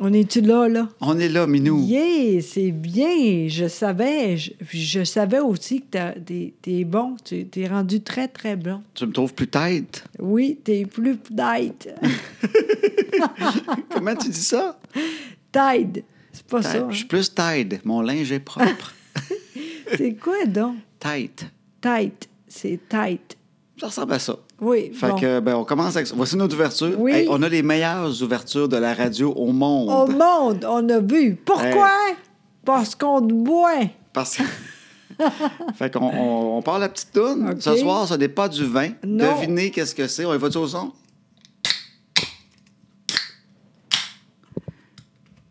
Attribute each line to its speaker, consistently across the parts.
Speaker 1: On est-tu là, là?
Speaker 2: On est là, Minou.
Speaker 1: Yeah, c'est bien. Je savais. Je, puis je savais aussi que t'es es bon. Tu t'es rendu très, très bon.
Speaker 2: Tu me trouves plus tête.
Speaker 1: Oui, t'es plus tête.
Speaker 2: Comment tu dis ça?
Speaker 1: Tide. C'est pas
Speaker 2: Tide.
Speaker 1: ça. hein?
Speaker 2: Je suis plus tide. Mon linge est propre.
Speaker 1: C'est quoi, donc?
Speaker 2: Tête.
Speaker 1: Tête. C'est tête.
Speaker 2: Ça ressemble à ça.
Speaker 1: Oui,
Speaker 2: Fait
Speaker 1: bon.
Speaker 2: que, ben, on commence avec ça. Voici notre ouverture.
Speaker 1: Oui. Oh
Speaker 2: Hey, on a les meilleures ouvertures de la radio au monde.
Speaker 1: Au monde, on a bu. Pourquoi? Parce qu'on te boit.
Speaker 2: Parce que. fait qu'on on, on part la petite toune.
Speaker 1: OK.
Speaker 2: Ce soir, ce n'est pas du vin.
Speaker 1: Non.
Speaker 2: Devinez qu'est-ce que c'est. On y va-tu au son?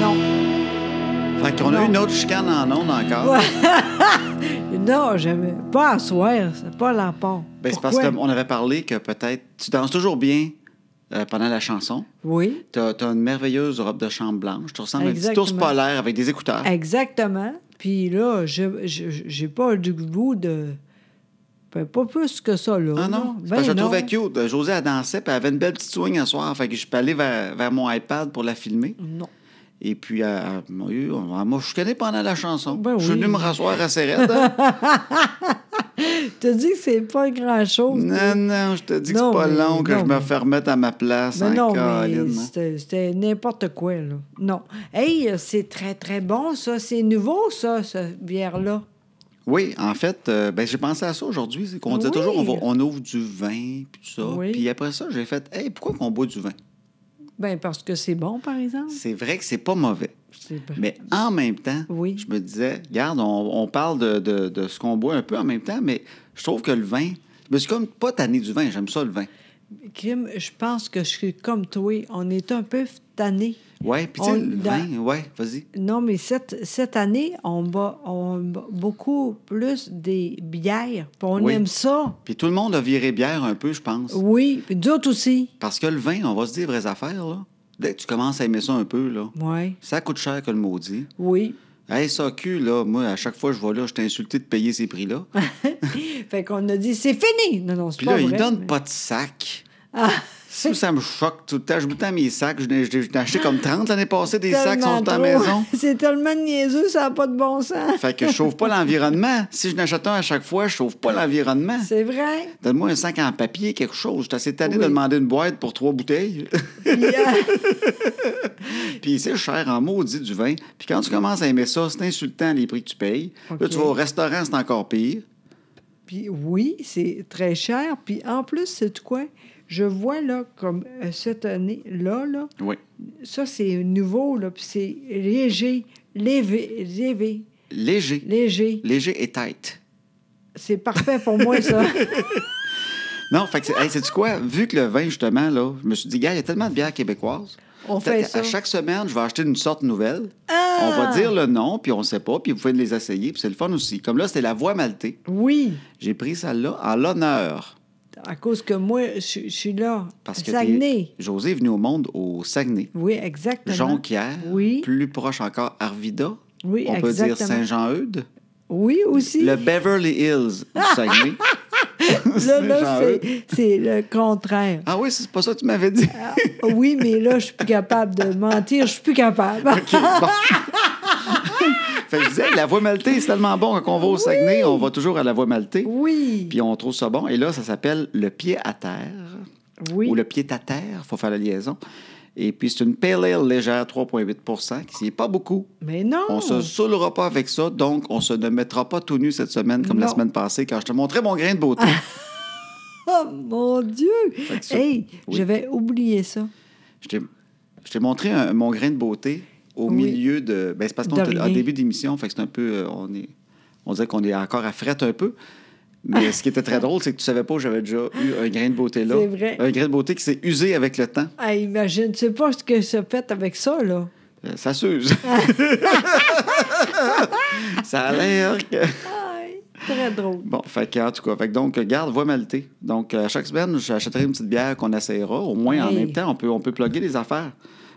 Speaker 1: non.
Speaker 2: Fait qu'on a
Speaker 1: Non.
Speaker 2: une autre chicane en ondes encore.
Speaker 1: Non, j'aimais pas à soir, c'est pas l'apport.
Speaker 2: Ben, c'est parce
Speaker 1: Pourquoi?
Speaker 2: qu'on avait parlé que peut-être. Tu danses toujours bien euh, pendant la chanson.
Speaker 1: Oui,
Speaker 2: T'as as une merveilleuse robe de chambre blanche. Tu ressembles à un petit ours
Speaker 1: Exactement.
Speaker 2: polaire avec des écouteurs.
Speaker 1: exactement. Puis là, je- je- j'ai pas du goût de... Ben, pas plus que ça, là.
Speaker 2: Ah
Speaker 1: là.
Speaker 2: non? C'est
Speaker 1: Ben
Speaker 2: parce que je
Speaker 1: non.
Speaker 2: la trouvais cute. Josée, elle dansait, puis elle avait une belle petite swing un soir. Fait que je suis allé vers, vers mon iPad pour la filmer.
Speaker 1: Non.
Speaker 2: Et puis, elle, elle m'a eu- elle m'a chicané pendant la chanson.
Speaker 1: Ben
Speaker 2: Je suis
Speaker 1: oui.
Speaker 2: venu me rasseoir assez raide. hein.
Speaker 1: Tu dis que c'est pas grand-chose.
Speaker 2: non, non, je te dis que c'est
Speaker 1: Non,
Speaker 2: pas
Speaker 1: mais-
Speaker 2: long que
Speaker 1: non,
Speaker 2: je me
Speaker 1: mais-
Speaker 2: fais remettre à ma place.
Speaker 1: Ben
Speaker 2: hein,
Speaker 1: non,
Speaker 2: Caroline,
Speaker 1: mais
Speaker 2: hein.
Speaker 1: c'était- c'était n'importe quoi, là. Non. Hey, euh, c'est très, très bon, ça. C'est nouveau, ça, cette bière-là.
Speaker 2: Oui, en fait, euh, ben, j'ai pensé à ça aujourd'hui. C'est qu'on disait
Speaker 1: Oui.
Speaker 2: toujours, on, va- on ouvre du vin, puis tout ça.
Speaker 1: Oui.
Speaker 2: Puis après ça, j'ai fait, hey, pourquoi qu'on boit du vin?
Speaker 1: Ben parce que c'est bon, par exemple.
Speaker 2: C'est vrai que c'est pas mauvais.
Speaker 1: C'est bon.
Speaker 2: Mais en même temps,
Speaker 1: Oui.
Speaker 2: je me disais, regarde, on, on parle de, de- de ce qu'on boit un peu en même temps, mais je trouve que le vin, je me suis comme pas tanné du vin, j'aime ça le vin.
Speaker 1: Crime, je pense que je suis comme toi. On est un peu tanné.
Speaker 2: Ouais, puis tu sais,
Speaker 1: On-
Speaker 2: le
Speaker 1: dans-
Speaker 2: vin, ouais, vas-y.
Speaker 1: Non, mais cette, cette année, on bat, on bat beaucoup plus des bières. Puis on
Speaker 2: Oui.
Speaker 1: aime ça.
Speaker 2: Puis tout le monde a viré bière un peu, je pense.
Speaker 1: Oui, puis d'autres aussi.
Speaker 2: Parce que le vin, on va se dire vraies affaires, là. Dès que tu commences à aimer ça un peu, là,
Speaker 1: Oui,
Speaker 2: ça coûte cher que le maudit.
Speaker 1: oui.
Speaker 2: Hey, SAQ, là, moi, à chaque fois que je vais là, je t'ai insulté de payer ces prix-là.
Speaker 1: Fait qu'on a dit, c'est fini. Non, non, c'est
Speaker 2: Puis
Speaker 1: pas
Speaker 2: là, ils
Speaker 1: vrai. Ah,
Speaker 2: donnent
Speaker 1: mais-
Speaker 2: pas de sac. Ça, ça me choque tout le temps. Je bout mes sacs. Je n'ai- je n'ai acheté comme 30 l'année passée des sacs qui
Speaker 1: Tellement
Speaker 2: sont à la
Speaker 1: trop.
Speaker 2: maison.
Speaker 1: c'est tellement niaiseux, ça n'a pas de bon sens.
Speaker 2: Fait que je sauve pas l'environnement. Si je n'achète un à chaque fois, je sauve pas l'environnement.
Speaker 1: C'est vrai.
Speaker 2: Donne-moi un sac en papier, quelque chose. Je suis assez tanné
Speaker 1: Oui.
Speaker 2: de demander une boîte pour trois bouteilles.
Speaker 1: Puis, euh,
Speaker 2: Puis c'est cher en maudit du vin. Puis quand tu commences à aimer ça, c'est insultant les prix que tu payes. Là,
Speaker 1: OK.
Speaker 2: tu vas au restaurant, c'est encore pire.
Speaker 1: Puis oui, c'est très cher. Puis en plus, c'est quoi? Je vois là, comme euh, cette année-là, là,
Speaker 2: Oui.
Speaker 1: ça c'est nouveau, là, puis c'est léger, lévé, lévé,
Speaker 2: Léger.
Speaker 1: léger.
Speaker 2: Léger et tête.
Speaker 1: C'est parfait pour moi, ça.
Speaker 2: Non, fait que, c'est- hey, sais-tu quoi? Vu que le vin, justement, là, je me suis dit, gars, il y a tellement de bières québécoises.
Speaker 1: On
Speaker 2: Peut-être
Speaker 1: fait ça.
Speaker 2: À chaque semaine, je vais acheter une sorte nouvelle.
Speaker 1: Ah!
Speaker 2: On va dire le nom, puis on sait pas, puis vous pouvez les essayer, puis c'est le fun aussi. Comme là, c'était la voix maltée.
Speaker 1: Oui,
Speaker 2: J'ai pris celle-là en l'honneur.
Speaker 1: à cause que moi, je je suis là.
Speaker 2: Parce que
Speaker 1: Saguenay.
Speaker 2: t'es- José est venu au monde au Saguenay.
Speaker 1: Oui, exactement.
Speaker 2: Jonquière,
Speaker 1: Oui,
Speaker 2: plus proche encore, Arvida.
Speaker 1: Oui,
Speaker 2: on peut dire
Speaker 1: exactement.
Speaker 2: Saint-Jean-Eudes.
Speaker 1: oui aussi.
Speaker 2: Le Beverly Hills du Saguenay.
Speaker 1: Là, là,
Speaker 2: Saint-Jean-Eudes.
Speaker 1: c'est c'est le contraire.
Speaker 2: Ah oui, c'est pas ça que tu m'avais dit.
Speaker 1: Ah, oui, mais là, je suis plus capable de mentir. Je suis plus capable.
Speaker 2: OK, bon. Fait que je disais, la voix maltée, c'est tellement bon. Quand on va au Saguenay, on va toujours à la voix maltée.
Speaker 1: Oui.
Speaker 2: Puis on trouve ça bon. Et là, ça s'appelle le pied à terre.
Speaker 1: oui.
Speaker 2: Ou le pied à terre, il faut faire la liaison. Et puis, c'est une pale ale légère, 3,8 qui n'est pas beaucoup.
Speaker 1: Mais non.
Speaker 2: On se saoulera pas avec ça, donc on se ne mettra pas tout nu cette semaine comme la
Speaker 1: Non. Ah.
Speaker 2: semaine passée quand je te montrais mon grain de beauté.
Speaker 1: Oh mon Dieu!
Speaker 2: que ça-
Speaker 1: Hey,
Speaker 2: oui.
Speaker 1: j'avais oublié ça.
Speaker 2: Je t'ai- je t'ai montré un- mon grain de beauté au
Speaker 1: Oui.
Speaker 2: milieu de. Ben, c'est parce qu'on
Speaker 1: De
Speaker 2: était en
Speaker 1: rien.
Speaker 2: début d'émission, fait que c'est un peu. euh, on, est, on disait qu'on est encore à frette un peu. Mais ce qui était très drôle, c'est que tu savais pas que j'avais déjà eu un grain de beauté là.
Speaker 1: Ah. C'est vrai.
Speaker 2: Un grain de beauté qui s'est usé avec le temps.
Speaker 1: Hey, imagine, tu sais pas ce que ça fait avec ça, là.
Speaker 2: Euh, ça s'use. ça a l'air que.
Speaker 1: Aïe, très drôle.
Speaker 2: Bon, fait que, en tout cas, fait que donc, garde, voix maltais. Donc, euh, à chaque semaine, j'achèterai une petite bière qu'on essayera. Au moins, en
Speaker 1: Hey.
Speaker 2: même temps, on peut, on peut plugger les affaires.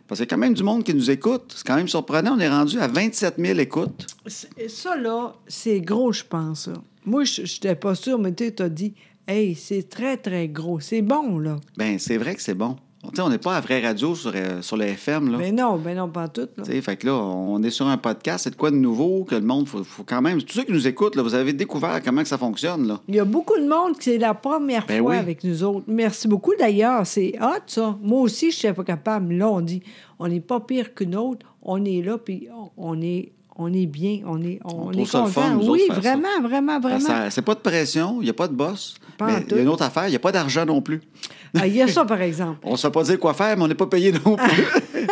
Speaker 2: Parce qu'il y a quand même du monde qui nous écoute. C'est quand même surprenant. On est rendu à 27 000 écoutes.
Speaker 1: C'est- Ça, là, c'est gros, je pense. là. Moi, je n'étais pas sûre, mais tu as dit, hey, c'est très, très gros. C'est bon, là.
Speaker 2: Ben, c'est vrai que c'est bon. Tu sais, on n'est pas à vraie radio sur, euh, sur le FM, là.
Speaker 1: Mais non, mais non, pas tout. Là.
Speaker 2: Tu sais, fait que là, on est sur un podcast. C'est de quoi de nouveau que le monde, faut, faut quand même... Tous ceux qui nous écoutent, là, vous avez découvert comment que ça fonctionne, là.
Speaker 1: Il y a beaucoup de monde qui c'est la première
Speaker 2: Ben
Speaker 1: fois
Speaker 2: oui.
Speaker 1: avec nous autres. Merci beaucoup, d'ailleurs. C'est hot, ça. Moi aussi, je n'étais pas capable. mais Là, on dit, on n'est pas pire qu'une autre. On est là, puis on- on est, on est bien. On est, on,
Speaker 2: On
Speaker 1: est
Speaker 2: trouve ça le fun,
Speaker 1: content.
Speaker 2: nous
Speaker 1: oui,
Speaker 2: autres, faire ça.
Speaker 1: vraiment, vraiment,
Speaker 2: Ben,
Speaker 1: vraiment,
Speaker 2: ça- C'est pas de pression, il n'y a pas de boss.
Speaker 1: Pas en
Speaker 2: mais il y
Speaker 1: tout.
Speaker 2: a une autre affaire, il n'y a pas d'argent non plus.
Speaker 1: Ah, Il y a ça, par exemple.
Speaker 2: On ne sait pas dire quoi faire, mais on n'est pas payé non
Speaker 1: Ah.
Speaker 2: plus.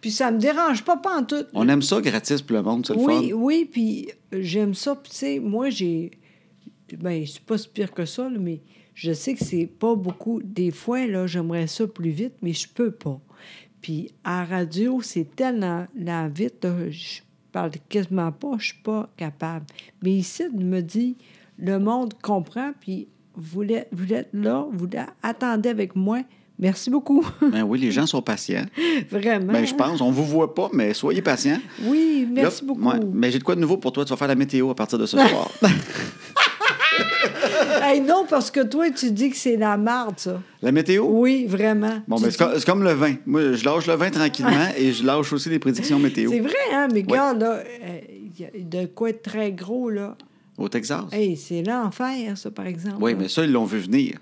Speaker 1: Puis ça me dérange pas, pas en tout.
Speaker 2: On aime ça gratis pour le monde, c'est le
Speaker 1: Oui,
Speaker 2: fun.
Speaker 1: oui, puis euh, j'aime ça. Puis, tu sais, moi, j'ai. Ben, je suis pas si pire que ça, là, mais je sais que c'est pas beaucoup. Des fois, là, j'aimerais ça plus vite, mais je peux pas. Puis à radio, c'est tellement la vite, là, je parle quasiment pas, je suis pas capable. Mais ici, il me dit, le monde comprend, puis vous l'êtes vous l'êtes là, vous l'êtes- attendez avec moi. Merci beaucoup.
Speaker 2: Ben oui, les gens sont patients.
Speaker 1: Vraiment. hein?
Speaker 2: Ben, je pense, on vous voit pas, mais soyez patients.
Speaker 1: Oui,
Speaker 2: Là,
Speaker 1: merci beaucoup.
Speaker 2: ouais, mais j'ai de quoi de nouveau pour toi. Tu vas faire la météo à partir de ce soir.
Speaker 1: Hey, non, parce que toi, tu dis que c'est la marde, ça.
Speaker 2: la météo?
Speaker 1: Oui, vraiment.
Speaker 2: Bon,
Speaker 1: Tu
Speaker 2: ben,
Speaker 1: dis-
Speaker 2: c'est comme, c'est comme le vin. Moi, je lâche le vin tranquillement et je lâche aussi les prédictions météo.
Speaker 1: c'est vrai, hein, mais regarde, là, euh, y a de quoi être très gros, là.
Speaker 2: Au Texas.
Speaker 1: Hey, c'est l'enfer, ça, par exemple.
Speaker 2: Oui, mais ça, ils l'ont vu venir.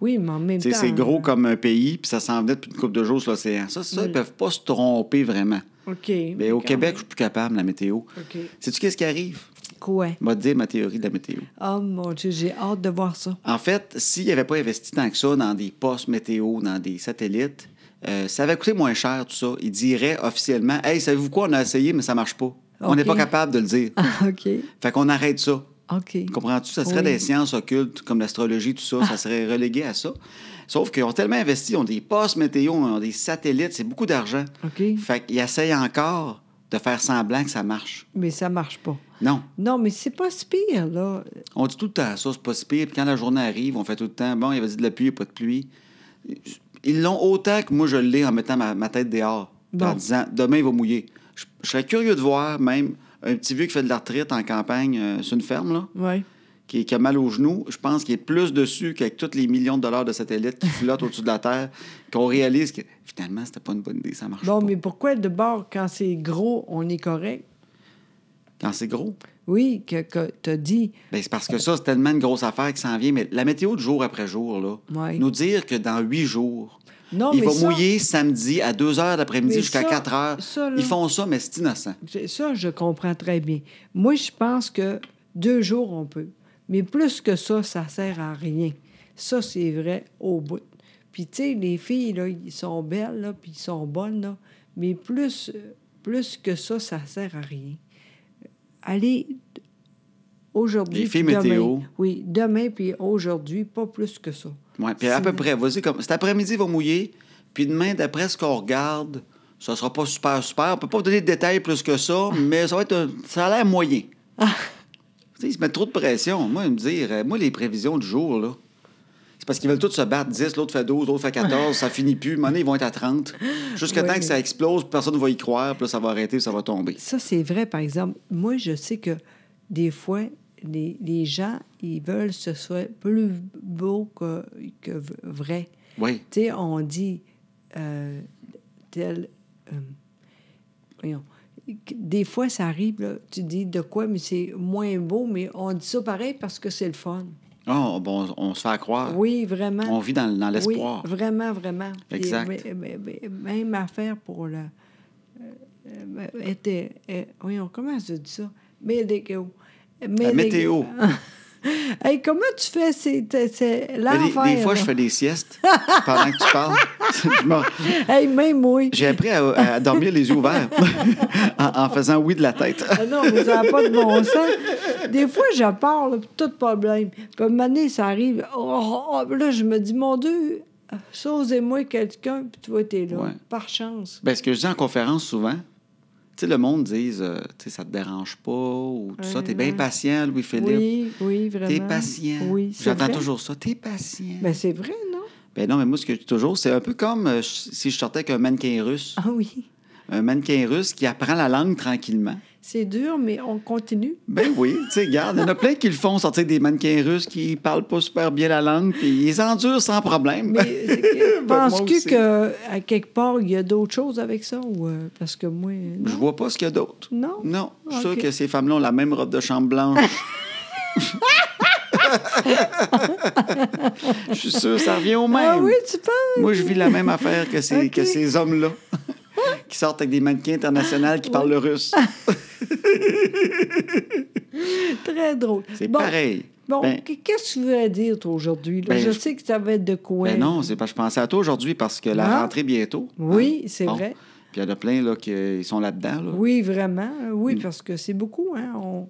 Speaker 1: Oui, mais en même
Speaker 2: Tu sais,
Speaker 1: temps... hein.
Speaker 2: C'est gros comme un pays, puis ça s'en venait depuis une couple de jours sur l'océan. Ça, ça, ils peuvent pas se tromper vraiment.
Speaker 1: OK.
Speaker 2: Mais au
Speaker 1: quand
Speaker 2: Québec, je suis plus capable, la météo.
Speaker 1: OK.
Speaker 2: Sais-tu qu'est-ce qui arrive?
Speaker 1: même. Quoi?
Speaker 2: M'a dit ma théorie de la météo.
Speaker 1: Oh, mon Dieu, j'ai hâte de voir ça.
Speaker 2: En fait, s'il n'y avait pas investi tant que ça dans des postes météo, dans des satellites, euh, ça avait coûté moins cher, tout ça. Ils diraient officiellement Hey, savez-vous quoi, on a essayé, mais ça marche pas. On
Speaker 1: OK.
Speaker 2: n'est pas capable de le dire.
Speaker 1: Ah, OK.
Speaker 2: fait qu'on arrête ça.
Speaker 1: OK.
Speaker 2: Comprends-tu? Ça serait
Speaker 1: Oui. Ah.
Speaker 2: des sciences occultes comme l'astrologie, tout ça, ça serait relégué à ça. Sauf qu'ils ont tellement investi, ils ont des postes météo, ils ont des satellites, c'est beaucoup d'argent.
Speaker 1: OK.
Speaker 2: Fait qu'ils essayent encore de faire semblant que ça marche.
Speaker 1: Mais ça marche pas.
Speaker 2: Non.
Speaker 1: Non, mais c'est pas si pire, là.
Speaker 2: On dit tout le temps ça, c'est pas si pire. Puis quand la journée arrive, on fait tout le temps, bon, il avait dit de la pluie, il y a pas de pluie. Ils l'ont autant que moi je l'ai en mettant ma, ma tête dehors, puis en
Speaker 1: Bon.
Speaker 2: disant, demain il va mouiller. Je, je serais curieux de voir même un petit vieux qui fait de l'arthrite en campagne euh, sur une ferme, là,
Speaker 1: Oui.
Speaker 2: qui, qui a mal aux genoux. Je pense qu'il est plus dessus qu'avec tous les millions de dollars de satellites qui flottent au-dessus de la Terre, qu'on réalise que finalement, c'était pas une bonne idée, ça marche
Speaker 1: Bon,
Speaker 2: pas.
Speaker 1: mais pourquoi, de bord, quand c'est gros, on est correct?
Speaker 2: Quand c'est gros.
Speaker 1: Oui, que, que t'as dit...
Speaker 2: Ben, c'est parce que ça, c'est tellement une grosse affaire qui s'en vient. Mais la météo de jour après jour, là,
Speaker 1: Ouais.
Speaker 2: nous dire que dans huit jours,
Speaker 1: Non,
Speaker 2: il
Speaker 1: mais
Speaker 2: va
Speaker 1: ça-
Speaker 2: mouiller samedi à 2 h l'après-midi
Speaker 1: Mais
Speaker 2: jusqu'à
Speaker 1: ça-
Speaker 2: 4 heures.
Speaker 1: ça, là-
Speaker 2: Ils font ça, mais c'est innocent.
Speaker 1: C'est- Ça, je comprends très bien. Moi, je pense que deux jours, on peut. Mais plus que ça, ça sert à rien. Ça, c'est vrai au bout. Puis, tu sais, les filles, là, ils sont belles, là, puis ils sont bonnes, là. Mais plus, plus que ça, ça sert à rien. Allez, aujourd'hui,
Speaker 2: Les filles
Speaker 1: puis demain.
Speaker 2: météo.
Speaker 1: Oui, demain, puis aujourd'hui, pas plus que ça.
Speaker 2: Ouais, puis à
Speaker 1: C'est-
Speaker 2: peu près, vas-y, comme cet après-midi, il va mouiller. Puis demain, d'après ce qu'on regarde, ça sera pas super, super. On peut pas vous donner de détails plus que ça, mais ça va être un- ça a l'air moyen.
Speaker 1: Ah.
Speaker 2: Tu sais, ils se mettent trop de pression. Moi, ils me dire, euh, moi, les prévisions du jour, là, c'est parce qu'ils veulent tous se battre. 10, l'autre fait 12, l'autre fait 14, ça finit plus. Maintenant, ils vont être à 30. Jusqu'à
Speaker 1: Ouais,
Speaker 2: temps
Speaker 1: mais-
Speaker 2: que ça explose, personne ne va y croire, puis là, ça va arrêter, puis ça va tomber.
Speaker 1: Ça, c'est vrai, par exemple. Moi, je sais que des fois, les, les gens, ils veulent que ce soit plus beau que, que v- vrai.
Speaker 2: Oui.
Speaker 1: Tu sais, on dit euh, tel. euh, voyons, des fois, ça arrive, là, tu dis de quoi, mais c'est moins beau, mais on dit ça pareil parce que c'est le fun.
Speaker 2: Ah, bon, on se fait croire.
Speaker 1: Oui, vraiment.
Speaker 2: Ah. On vit dans, dans l'espoir.
Speaker 1: Oui, vraiment, vraiment. Puis,
Speaker 2: Exact.
Speaker 1: mais- mais- mais- même affaire pour le. euh, euh, était, euh, voyons, comment je dis ça? Météo.
Speaker 2: La météo.
Speaker 1: hey, comment tu fais? C'est c'est
Speaker 2: Mais des-
Speaker 1: l'enfer.
Speaker 2: des, fois,
Speaker 1: là.
Speaker 2: je fais des siestes pendant que tu parles. Je me-
Speaker 1: Hey, même moi.
Speaker 2: J'ai appris à, à dormir les yeux ouverts en, en faisant oui de la tête.
Speaker 1: Ah non, vous n'avez pas de bon sens. Des fois, je pars, là, pis tout problème. Puis à un moment donné, ça arrive. Oh, oh, oh, là, je me dis, mon Dieu, sausez-moi quelqu'un, puis toi, t'es là.
Speaker 2: Ouais.
Speaker 1: Par chance.
Speaker 2: Ben, ce que je dis en conférence souvent, tu sais, le monde dit ça te dérange pas ou tout ça,
Speaker 1: Ouais,
Speaker 2: t'es bien
Speaker 1: ouais.
Speaker 2: patient, Louis-Philippe.
Speaker 1: Hein? Oui, oui, vraiment.
Speaker 2: t'es patient.
Speaker 1: Oui, c'est
Speaker 2: J'entends
Speaker 1: vrai.
Speaker 2: toujours ça, t'es patient.
Speaker 1: Ben, c'est vrai, non?
Speaker 2: Ben non, mais moi, ce que je dis toujours, c'est un peu comme euh, si je sortais avec un mannequin russe.
Speaker 1: Ah oui.
Speaker 2: Un mannequin russe qui apprend la langue tranquillement.
Speaker 1: C'est dur, mais on continue.
Speaker 2: Ben oui, tu sais, regarde, il y en a plein qui le font sortir des mannequins russes qui parlent pas super bien la langue, puis ils endurent sans problème.
Speaker 1: Mais
Speaker 2: Ben, moi aussi.
Speaker 1: penses-tu qu'à quelque part, il y a d'autres choses avec ça? Ou, euh, parce que moi. euh,
Speaker 2: Je
Speaker 1: non?
Speaker 2: vois pas ce qu'il y a d'autre.
Speaker 1: Non?
Speaker 2: Non, je suis
Speaker 1: Ok.
Speaker 2: sûr que ces femmes-là ont la même robe de chambre blanche. je suis sûr, ça revient au même.
Speaker 1: Ah oui, tu penses?
Speaker 2: Moi, je vis la même affaire que ces,
Speaker 1: Ok.
Speaker 2: que ces hommes-là qui sortent avec des mannequins internationaux qui parlent le russe.
Speaker 1: Ah, Très drôle.
Speaker 2: C'est
Speaker 1: Bon.
Speaker 2: pareil.
Speaker 1: Bon,
Speaker 2: Ben-
Speaker 1: qu- qu'est-ce que tu voulais dire, toi, aujourd'hui? là?
Speaker 2: Ben,
Speaker 1: je
Speaker 2: je-
Speaker 1: sais que ça va être de quoi.
Speaker 2: Ben non, c'est pas. Je pensais à toi aujourd'hui parce que la
Speaker 1: Ah.
Speaker 2: rentrée bientôt.
Speaker 1: Oui,
Speaker 2: hein?
Speaker 1: c'est vrai.
Speaker 2: Puis il y en a plein là, qui euh, ils sont là-dedans. Là.
Speaker 1: Oui, vraiment. hein, Oui,
Speaker 2: Mm.
Speaker 1: parce que c'est beaucoup. Hein? on-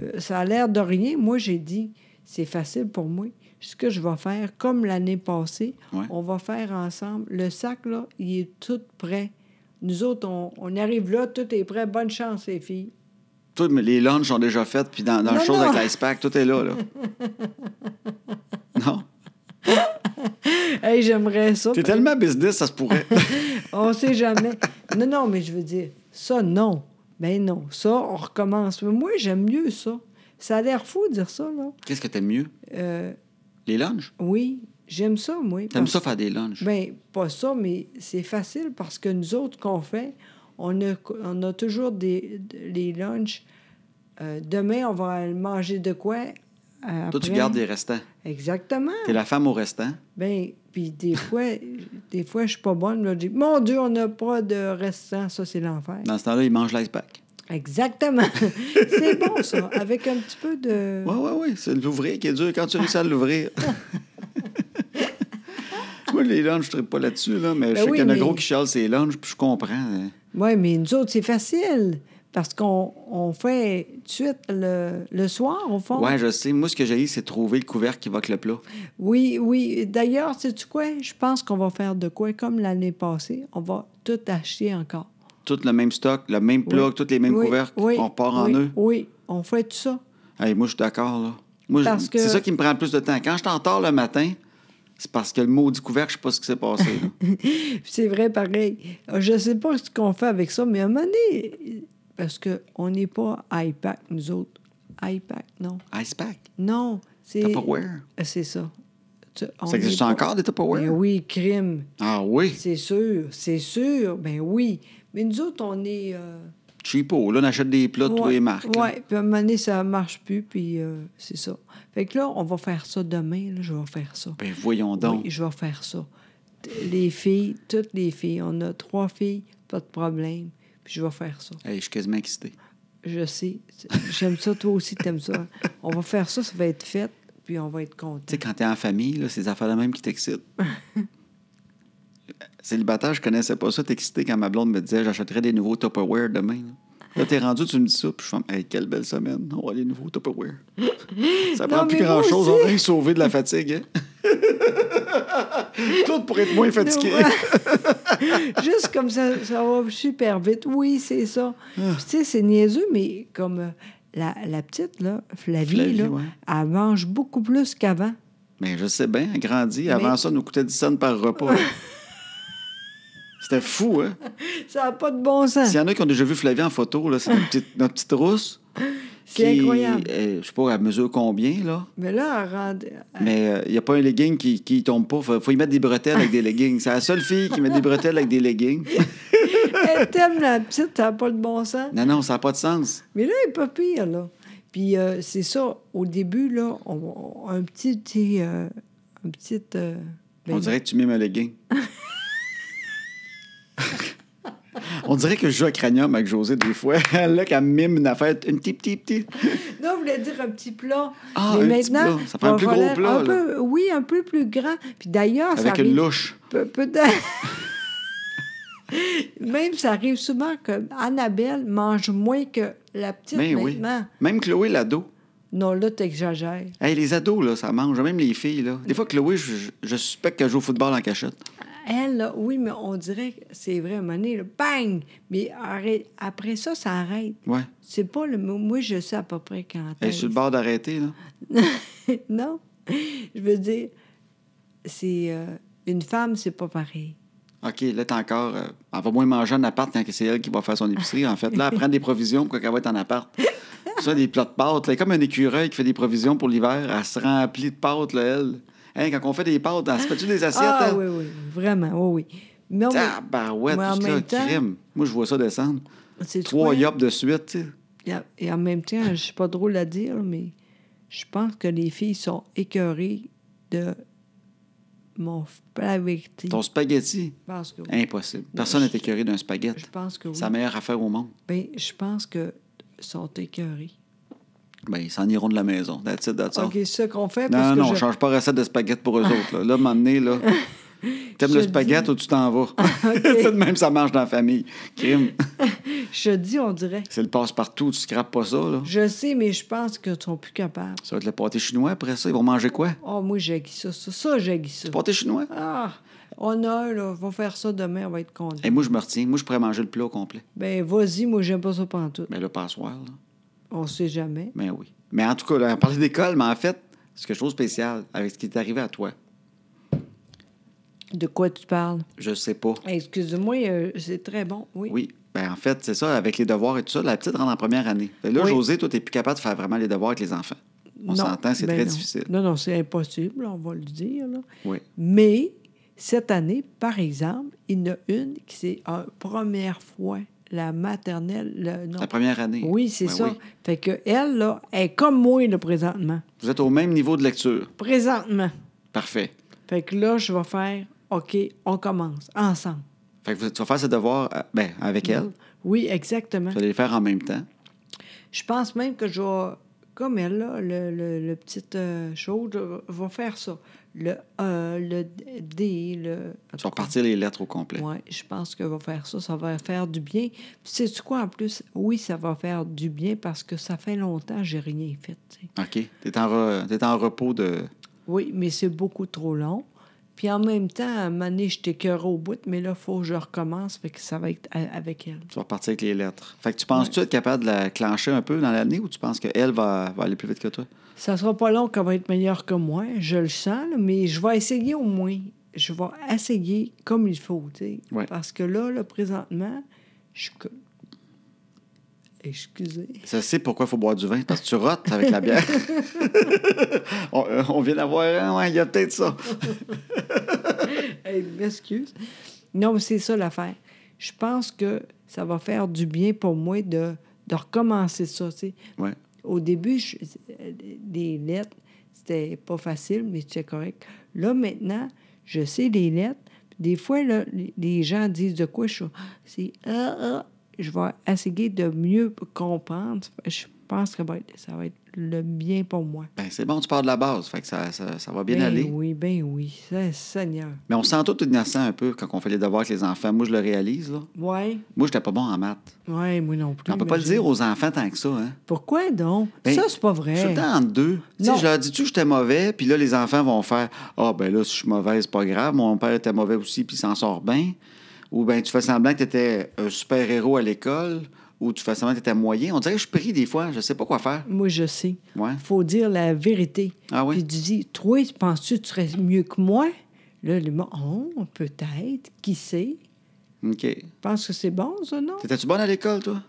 Speaker 1: euh, ça a l'air de rien. Moi, j'ai dit, c'est facile pour moi. Ce que je vais faire, comme l'année passée,
Speaker 2: Ouais.
Speaker 1: on va faire ensemble. Le sac, là, il est tout prêt. Nous autres, on, on arrive là, tout est prêt. Bonne chance, les filles.
Speaker 2: Tout, mais les lunchs sont déjà faits, puis dans, dans le
Speaker 1: Non,
Speaker 2: show
Speaker 1: non.
Speaker 2: avec l'ice pack, tout est là. là. non.
Speaker 1: Hey, j'aimerais ça.
Speaker 2: T'es tellement business, ça se pourrait.
Speaker 1: On sait jamais. Non, non, mais je veux dire, ça, non. Ben non, ça, on recommence. Mais moi, j'aime mieux ça. Ça a l'air fou de dire ça, là.
Speaker 2: Qu'est-ce que t'aimes mieux?
Speaker 1: Euh,
Speaker 2: Les lunchs?
Speaker 1: oui, j'aime ça, moi.
Speaker 2: T'aimes
Speaker 1: parce-
Speaker 2: ça faire des lunchs?
Speaker 1: Ben, pas ça, mais c'est facile parce que nous autres, qu'on fait, on a, on a toujours des, les lunchs. Euh, demain, on va manger de quoi? euh,
Speaker 2: Toi, tu
Speaker 1: après.
Speaker 2: gardes les restants.
Speaker 1: Exactement.
Speaker 2: T'es la femme au restant.
Speaker 1: Ben, puis des fois, des fois, je suis pas bonne. là, je dis, mon Dieu, on n'a pas de restant. Ça, c'est l'enfer.
Speaker 2: Dans ce temps-là, ils mangent l'ice pack.
Speaker 1: Exactement. c'est bon, ça. Avec un petit peu de.
Speaker 2: Oui, oui, oui. C'est l'ouvrir qui est dur quand tu réussis à l'ouvrir. Moi, les lunchs, je ne pas là-dessus, là, mais je
Speaker 1: Ben
Speaker 2: sais
Speaker 1: oui,
Speaker 2: qu'il y en a
Speaker 1: mais-
Speaker 2: gros qui chialent ses lunchs, puis je comprends. hein.
Speaker 1: Oui, mais nous autres, c'est facile. Parce qu'on on fait tout de suite le, le soir, au fond.
Speaker 2: Ouais, je sais. Moi, ce que j'ai eu, c'est trouver le couvercle qui va avec le plat.
Speaker 1: Oui, oui. D'ailleurs, sais-tu quoi? Je pense qu'on va faire de quoi comme l'année passée. On va tout acheter encore.
Speaker 2: Tout le même stock, le même plat, toutes les mêmes
Speaker 1: Oui,
Speaker 2: couvercles.
Speaker 1: oui,
Speaker 2: on repart
Speaker 1: oui,
Speaker 2: en eux.
Speaker 1: Oui, on fait tout ça.
Speaker 2: Hey, moi, je suis d'accord, là. Moi, je-
Speaker 1: Parce que-
Speaker 2: C'est ça qui me prend le plus de temps. Quand je t'entends le matin, c'est parce que le maudit couvercle, je sais pas ce qui s'est passé. là.
Speaker 1: C'est vrai, pareil. Je sais pas ce qu'on fait avec ça, mais à un moment donné, parce qu'on n'est pas IPAC, nous autres. IPAC, non.
Speaker 2: Ice pack.
Speaker 1: Non, c'est... Euh,
Speaker 2: Tupperware.
Speaker 1: C'est ça. Tu- on
Speaker 2: Ça
Speaker 1: est
Speaker 2: existe
Speaker 1: pas-
Speaker 2: encore des Tupperware?
Speaker 1: Ben oui, crime.
Speaker 2: Ah oui,
Speaker 1: C'est sûr, c'est sûr. Ben oui. Mais nous autres, on est. Euh,
Speaker 2: cheapo. Là, on achète des plats de tous les marques. hein. là.
Speaker 1: Oui, puis à un moment donné, ça marche plus, puis euh, c'est ça. Fait que là, on va faire ça demain, là, je vais faire ça.
Speaker 2: Ben voyons donc.
Speaker 1: Oui, je vais faire ça. T- Les filles, toutes les filles, on a trois filles, pas de problème, puis je vais faire ça.
Speaker 2: Hey, je suis quasiment excité.
Speaker 1: Je sais. J'aime ça, toi aussi, t'aimes ça. hein. On va faire ça, ça va être fait, puis on va être
Speaker 2: Tu
Speaker 1: contents.
Speaker 2: sais, quand t'es en famille, là, c'est des affaires de même qui t'excitent. Célibataire, je connaissais pas ça, t'excité quand ma blonde me disait j'achèterai des nouveaux Tupperware demain. Là, Là, t'es rendu, tu me dis ça, puis je fais Hey, quelle belle semaine, on va les nouveaux Tupperware. ça prend
Speaker 1: Non,
Speaker 2: plus
Speaker 1: mais moi
Speaker 2: grand chose,
Speaker 1: aussi.
Speaker 2: on va sauver de la fatigue. hein. Tout pour être moins fatigué.
Speaker 1: Ouais. Juste comme ça, ça va super vite. Oui, c'est ça.
Speaker 2: Ah.
Speaker 1: Puis, Tu sais, c'est niaiseux, mais comme euh, la, la petite, là, Flavie,
Speaker 2: Flavie,
Speaker 1: là,
Speaker 2: ouais.
Speaker 1: elle mange beaucoup plus qu'avant.
Speaker 2: Mais je sais bien, elle grandit. Avant
Speaker 1: Mais-
Speaker 2: ça, elle nous coûtait 10 cents par repas. hein. C'était fou, hein?
Speaker 1: Ça n'a pas de bon sens.
Speaker 2: S'il y en a qui ont déjà vu Flavie en photo, là, c'est notre petite, notre petite rousse.
Speaker 1: C'est
Speaker 2: qui,
Speaker 1: incroyable.
Speaker 2: euh, je sais pas à mesure combien, là.
Speaker 1: Mais là, elle rend-
Speaker 2: Mais euh, il n'y a pas un legging qui, qui tombe pas. Faut, faut y mettre des bretelles avec des leggings. C'est la seule fille qui met des bretelles avec des leggings.
Speaker 1: Elle t'aime, la petite, ça n'a pas de bon sens.
Speaker 2: Non, non, ça n'a pas de sens.
Speaker 1: Mais là, elle est pas pire, là. Puis euh, c'est ça, au début, là, on, on- un petit, petit, euh, un petit... euh, ben,
Speaker 2: On dirait que tu mimes le gain. On dirait que je joue à cranium avec José des fois. là, qu'elle mime une affaire, une petite, petite, petite.
Speaker 1: Non, je voulais dire un petit plat.
Speaker 2: Ah,
Speaker 1: mais
Speaker 2: un petit
Speaker 1: maintenant,
Speaker 2: plat. Ça prend un
Speaker 1: on
Speaker 2: plus gros
Speaker 1: relève
Speaker 2: plat,
Speaker 1: un
Speaker 2: là.
Speaker 1: peu- oui, un peu plus grand. Puis d'ailleurs, ça
Speaker 2: Avec une
Speaker 1: arrive
Speaker 2: louche.
Speaker 1: Pe- peut-être. Même, ça arrive souvent que Annabelle mange moins que la petite
Speaker 2: Ben oui.
Speaker 1: maintenant.
Speaker 2: Même Chloé, l'ado.
Speaker 1: Non, là, t'exagères.
Speaker 2: Hey, les ados, là, ça mange. Même les filles, là. Des fois, Chloé, je, je- je suspecte qu'elle joue au football en cachette.
Speaker 1: Elle, là, oui, mais on dirait que c'est vrai, à un moment donné, là, bang! Mais arrête- après ça, ça arrête.
Speaker 2: Ouais.
Speaker 1: C'est pas le mot. Moi, je sais à peu près quand.
Speaker 2: Elle est sur le bord d'arrêter, là.
Speaker 1: est-ce. non. Je veux dire, c'est. euh, une femme, c'est pas pareil.
Speaker 2: OK, là, t'es encore. euh, elle va moins manger en appart quand c'est elle qui va faire son épicerie, en fait. Là, elle prend des provisions pour qu'elle va être en appart. Ça, des plats de pâtes. là, comme un écureuil qui fait des provisions pour l'hiver, elle se remplit de pâtes, là, elle. Hein, quand on fait des pâtes, elle se fait-tu des assiettes,
Speaker 1: Ah,
Speaker 2: elle?
Speaker 1: oui, oui, oui, vraiment, oui, oui. Non, mais-
Speaker 2: Tabarouette,
Speaker 1: mais en
Speaker 2: tout ce
Speaker 1: même
Speaker 2: là,
Speaker 1: temps,
Speaker 2: crime. Moi, je vois ça descendre.
Speaker 1: c'est
Speaker 2: Trois
Speaker 1: quoi?
Speaker 2: yops de suite, tu sais.
Speaker 1: Et en- Et en même temps, je suis pas drôle à dire, mais je pense que les filles sont écœurées de mon flavecti.
Speaker 2: Ton spaghetti,
Speaker 1: Je pense que oui.
Speaker 2: impossible. Personne n'est écœuré d'un spaghetti.
Speaker 1: Je pense que oui.
Speaker 2: C'est la meilleure affaire au monde.
Speaker 1: Ben, je pense que sont écœurées.
Speaker 2: Ben, ils s'en iront de la maison. That's it, that's all.
Speaker 1: OK, c'est ça qu'on fait. parce
Speaker 2: Non,
Speaker 1: que
Speaker 2: non, on
Speaker 1: je-
Speaker 2: change pas recette de spaghetti pour eux autres. Là, là à un moment donné, là, t'aimes
Speaker 1: Je
Speaker 2: le
Speaker 1: dis- Ah,
Speaker 2: spaghetti ou tu t'en vas. C'est de même, ça mange dans la famille. Crime.
Speaker 1: Je dis, on dirait.
Speaker 2: C'est le passe-partout, tu scrapes pas ça, là.
Speaker 1: Je sais, mais je pense qu'ils sont plus capables.
Speaker 2: Ça va être le pâté chinois après ça. Ils vont manger quoi?
Speaker 1: Oh, moi, j'ai dit ça. Ça, ça j'ai dit ça.
Speaker 2: Le pâté chinois?
Speaker 1: Ah, on a un, là. Va faire ça demain, on va être content.
Speaker 2: Et moi, je me retiens. Moi, je pourrais manger le plat au complet.
Speaker 1: Ben, vas-y, moi, j'aime pas ça pantoute.
Speaker 2: Mais le passoire, là.
Speaker 1: On sait jamais.
Speaker 2: Ben oui. Mais en tout cas, là, on parlait d'école, mais en fait, c'est quelque chose de spécial avec ce qui est arrivé à toi.
Speaker 1: De quoi tu parles?
Speaker 2: Je sais pas.
Speaker 1: Excuse-moi, euh, c'est très bon, oui.
Speaker 2: Oui. Ben, en fait, c'est ça, avec les devoirs et tout ça, la petite rentre en première année. Fait là,
Speaker 1: Oui.
Speaker 2: José, toi, t'es plus capable de faire vraiment les devoirs avec les enfants. On
Speaker 1: Non,
Speaker 2: s'entend, c'est
Speaker 1: ben
Speaker 2: très
Speaker 1: non.
Speaker 2: difficile.
Speaker 1: Non, non, c'est impossible, on va le dire. là.
Speaker 2: Oui.
Speaker 1: Mais cette année, par exemple, il y en a une qui c'est la première fois la maternelle. le- non.
Speaker 2: La première année.
Speaker 1: Oui, c'est
Speaker 2: Ben
Speaker 1: ça.
Speaker 2: oui.
Speaker 1: Fait que elle, là, elle est comme moi, là, présentement.
Speaker 2: Vous êtes au même niveau de lecture.
Speaker 1: Présentement.
Speaker 2: Parfait.
Speaker 1: Fait que là, je vais faire OK, on commence, ensemble.
Speaker 2: Fait que vous- tu vas faire ses devoirs euh, ben, avec elle.
Speaker 1: Oui, exactement.
Speaker 2: Vous allez les faire en même temps.
Speaker 1: Je pense même que je vais, comme elle, là, le, le, le petit euh, show, je vais faire ça. Le A, le D, le.
Speaker 2: Tu vas repartir les lettres au complet.
Speaker 1: Oui, je pense que va faire ça. Ça va faire du bien. Puis, sais-tu quoi, en plus? Oui, ça va faire du bien parce que ça fait longtemps que j'ai rien fait. tu sais.
Speaker 2: OK. T'es en, re- t'es en repos de.
Speaker 1: Oui, mais c'est beaucoup trop long. Puis en même temps, à un moment donné, je t'écœure au bout, mais là, il faut que je recommence, fait que ça va être a- avec elle.
Speaker 2: Tu vas repartir avec les lettres. Fait que tu penses-tu être capable de la clencher un peu dans l'année ou tu penses qu'elle va, va aller plus vite que toi?
Speaker 1: Ça sera pas long qu'elle va être meilleure que moi, je le sens, là, mais je vais essayer au moins. Je vais essayer comme il faut, tu sais.
Speaker 2: Ouais.
Speaker 1: Parce que là, là, présentement, je suis co- Excusez.
Speaker 2: Ça c'est pourquoi il faut boire du vin, parce que tu rotes avec la bière. on, euh, on vient d'avoir un, ouais, il y a peut-être ça.
Speaker 1: Hey, m'excuse. Non, mais c'est ça l'affaire. Je pense que ça va faire du bien pour moi de, de recommencer ça, tu sais.
Speaker 2: Ouais.
Speaker 1: Au début, je- euh, les lettres, c'était pas facile, mais c'était correct. Là, maintenant, je sais les lettres. Des fois, là, les- les gens disent de quoi je suis. C'est ah, ah. Je vais essayer de mieux comprendre. Je pense que va être- ça va être le bien pour moi.
Speaker 2: Ben, c'est bon, tu pars de la base. Fait que ça, ça- ça va bien
Speaker 1: ben
Speaker 2: aller.
Speaker 1: oui, ben oui. Ça, Seigneur.
Speaker 2: Mais on se sent tout innocent un peu quand on fait les devoirs avec les enfants. Moi, je le réalise. Là.
Speaker 1: Ouais,
Speaker 2: Moi, j'étais pas bon en maths.
Speaker 1: ouais, moi non plus.
Speaker 2: on peut pas le
Speaker 1: imagine.
Speaker 2: dire aux enfants tant que ça. Hein?
Speaker 1: Pourquoi donc?
Speaker 2: Ben,
Speaker 1: ça, c'est pas
Speaker 2: Je suis tout
Speaker 1: vrai.
Speaker 2: le temps entre deux. Tu sais,
Speaker 1: Non.
Speaker 2: je leur dis-tu que j'étais mauvais, puis là, les enfants vont faire Ah, ben là, si je suis mauvais, c'est pas grave. Mon père était mauvais aussi, puis il s'en sort bien. Ou ben tu fais semblant que tu étais un super-héros à l'école, ou tu fais semblant que tu étais moyen. On dirait que je suis pris des fois, je sais pas quoi faire.
Speaker 1: Moi, je sais.
Speaker 2: Ouais.
Speaker 1: faut dire la vérité.
Speaker 2: Ah oui?
Speaker 1: Puis tu dis, toi, penses-tu que tu serais mieux que moi? Là, le mot, oh, peut-être, qui sait?
Speaker 2: OK.
Speaker 1: Je pense que c'est bon, ça, non?
Speaker 2: T'étais-tu bonne à l'école, toi?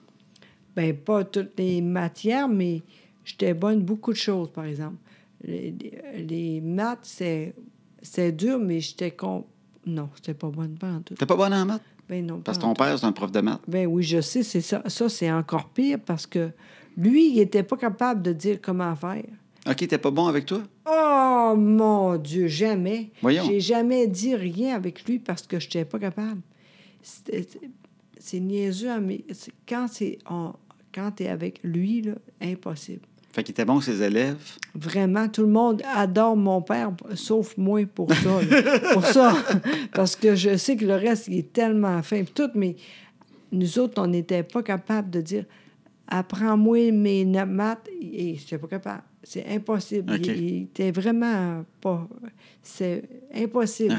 Speaker 1: Ben, pas toutes les matières, mais j'étais bonne beaucoup de choses, par exemple. Les, les- les maths, c'est, c'est dur, mais j'étais con. Non, j'étais pas bonne pas en tout.
Speaker 2: T'es pas bonne en maths?
Speaker 1: Ben non.
Speaker 2: Parce que
Speaker 1: pas en
Speaker 2: ton père, c'est un prof de maths.
Speaker 1: Ben oui, je sais, c'est ça. Ça, c'est encore pire parce que lui, il n'était pas capable de dire comment faire.
Speaker 2: OK, t'es pas bon avec toi?
Speaker 1: Oh mon Dieu, jamais.
Speaker 2: Voyons.
Speaker 1: J'ai jamais dit rien avec lui parce que je n'étais pas capable. C'était- C'est niaiseux, hein, mais c'est- quand c'est on- quand t'es avec lui, là, impossible.
Speaker 2: Fait qu'il était bon avec ses élèves.
Speaker 1: Vraiment, tout le monde adore mon père, sauf moi pour ça. là. pour ça. Parce que je sais que le reste, il est tellement fin. Puis tout, mais nous autres, on n'était pas capable de dire Apprends-moi mes na- maths. Et je pas capable. C'est impossible.
Speaker 2: OK.
Speaker 1: Il, il était vraiment pas. C'est impossible.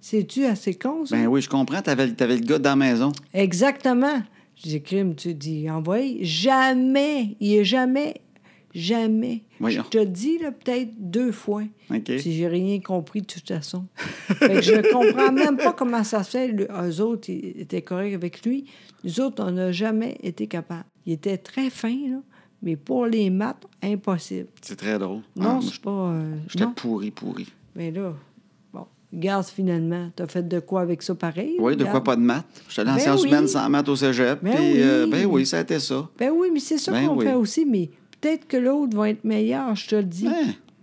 Speaker 1: C'est-tu assez con, ça?
Speaker 2: Ben oui, je comprends. T'avais, t'avais le gars dans la maison.
Speaker 1: Exactement. J'ai crime, tu dis envoyé. Jamais, il est jamais, jamais.
Speaker 2: Voyons.
Speaker 1: Je te dis là peut-être deux fois.
Speaker 2: OK.
Speaker 1: Si j'ai rien compris de toute façon. Fait que je comprends même pas comment ça se fait. Le- Eux autres ils étaient corrects avec lui. Nous autres, on n'a jamais été capables. Il était très fin, là, mais pour les maths, impossible.
Speaker 2: C'est très drôle.
Speaker 1: Non,
Speaker 2: Ah,
Speaker 1: c'est pas. euh,
Speaker 2: j'étais
Speaker 1: non.
Speaker 2: pourri, pourri.
Speaker 1: Mais là, bon, garde finalement. T'as fait de quoi avec ça pareil?
Speaker 2: Oui, de quoi
Speaker 1: Garde.
Speaker 2: pas de maths. J'étais allé en
Speaker 1: Ben
Speaker 2: sciences
Speaker 1: oui.
Speaker 2: humaines sans maths au cégep.
Speaker 1: Ben
Speaker 2: puis,
Speaker 1: oui.
Speaker 2: euh, ben oui, ça a été ça.
Speaker 1: Ben oui, mais c'est ça
Speaker 2: Ben
Speaker 1: qu'on
Speaker 2: oui.
Speaker 1: fait aussi, mais peut-être que l'autre va être meilleur, je te le dis.
Speaker 2: Ben,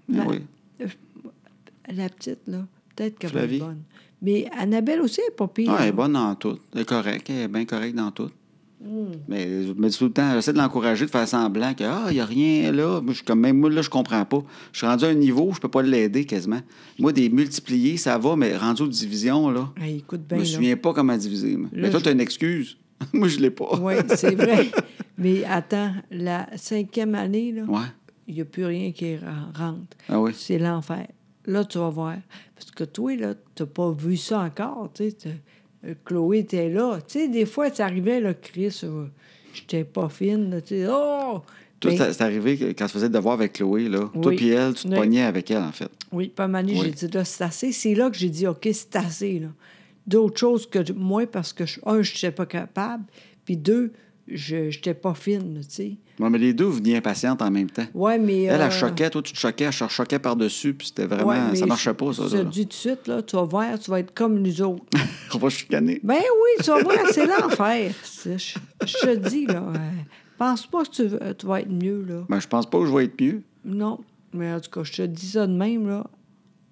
Speaker 2: ben
Speaker 1: Ben,
Speaker 2: oui.
Speaker 1: La petite, là, peut-être qu'elle va
Speaker 2: Flavie.
Speaker 1: être bonne. Mais Annabelle aussi elle est pas pire.
Speaker 2: Ah, elle est bonne dans tout. Elle est correcte. Elle est bien correcte dans tout.
Speaker 1: Hmm.
Speaker 2: Mais, mais tout le temps, j'essaie de l'encourager, de faire semblant que ah, il n'y a rien là. Moi, je suis comme même moi, là, je comprends pas. Je suis rendu à un niveau où je peux pas l'aider quasiment. Moi, des multipliés, ça va, mais rendu aux divisions, là.
Speaker 1: Ah, écoute
Speaker 2: Je
Speaker 1: bien,
Speaker 2: me
Speaker 1: là.
Speaker 2: souviens pas comment diviser. moi.
Speaker 1: Là,
Speaker 2: Mais toi,
Speaker 1: je-
Speaker 2: tu as une excuse. moi, je l'ai pas.
Speaker 1: Oui, c'est vrai. mais attends, la cinquième année, là,
Speaker 2: Ouais.
Speaker 1: il n'y a plus rien qui ren- rentre.
Speaker 2: Ah oui.
Speaker 1: C'est l'enfer. Là, tu vas voir. Parce que toi, là, tu pas vu ça encore. tu sais, t'as- euh, Chloé était là. Tu sais, des fois, ça arrivait, là, Chris, euh, j'étais pas fine. là, tu sais, oh!
Speaker 2: Toi,
Speaker 1: Mais-
Speaker 2: ça- c'est arrivé que- quand je faisais le devoir avec Chloé, là. Toi,
Speaker 1: Oui.
Speaker 2: puis elle, tu te
Speaker 1: Oui.
Speaker 2: pognais avec elle, en fait.
Speaker 1: Oui, pas mal.
Speaker 2: Oui.
Speaker 1: J'ai dit, là, c'est assez. C'est là que j'ai dit, OK, c'est assez. là. D'autres choses que je- moi, parce que, je- un, je n'étais pas capable, puis deux, je n'étais pas fine, tu sais.
Speaker 2: Ouais, mais les deux venaient impatientes en même temps.
Speaker 1: Ouais, mais.
Speaker 2: Elle,
Speaker 1: euh,
Speaker 2: elle choquait, toi, tu te choquais, elle cho- choquait par-dessus, puis c'était vraiment.
Speaker 1: ouais, mais
Speaker 2: ça marchait pas, ça.
Speaker 1: Je
Speaker 2: ça,
Speaker 1: te
Speaker 2: là.
Speaker 1: dis tout de suite, là, tu vas voir, tu vas être comme nous autres.
Speaker 2: On va se chicaner.
Speaker 1: ben oui, tu vas voir, c'est l'enfer. C'est- Je, je te dis, là. euh, pense pas que tu, veux- tu vas être mieux, là.
Speaker 2: Ben, je pense pas que je vais être mieux.
Speaker 1: Non, mais en tout cas, je te dis ça de même, là.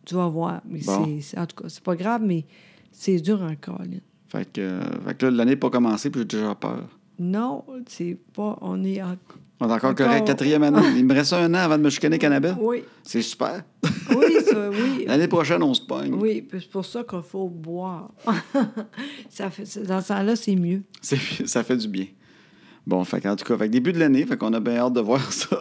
Speaker 1: Tu vas voir. Mais
Speaker 2: Bon.
Speaker 1: c'est- c'est- en tout cas, c'est pas grave, mais c'est dur hein, encore, là.
Speaker 2: Fait que, euh, fait que là, l'année n'est pas commencée, puis j'ai déjà peur.
Speaker 1: Non, c'est pas. On est en.
Speaker 2: On est encore
Speaker 1: Encore.
Speaker 2: correct. Quatrième année. Il me reste un an avant de me chicaner avec Annabelle.
Speaker 1: Oui,
Speaker 2: C'est super.
Speaker 1: oui, ça, oui.
Speaker 2: L'année prochaine, on se pogne.
Speaker 1: Oui, puis c'est pour ça qu'il faut boire. ça fait, c'est- dans ce temps-là, c'est mieux.
Speaker 2: C'est- Ça fait du bien. Bon, fait que, en tout cas, fait que début de l'année, fait qu'on a bien hâte de voir ça.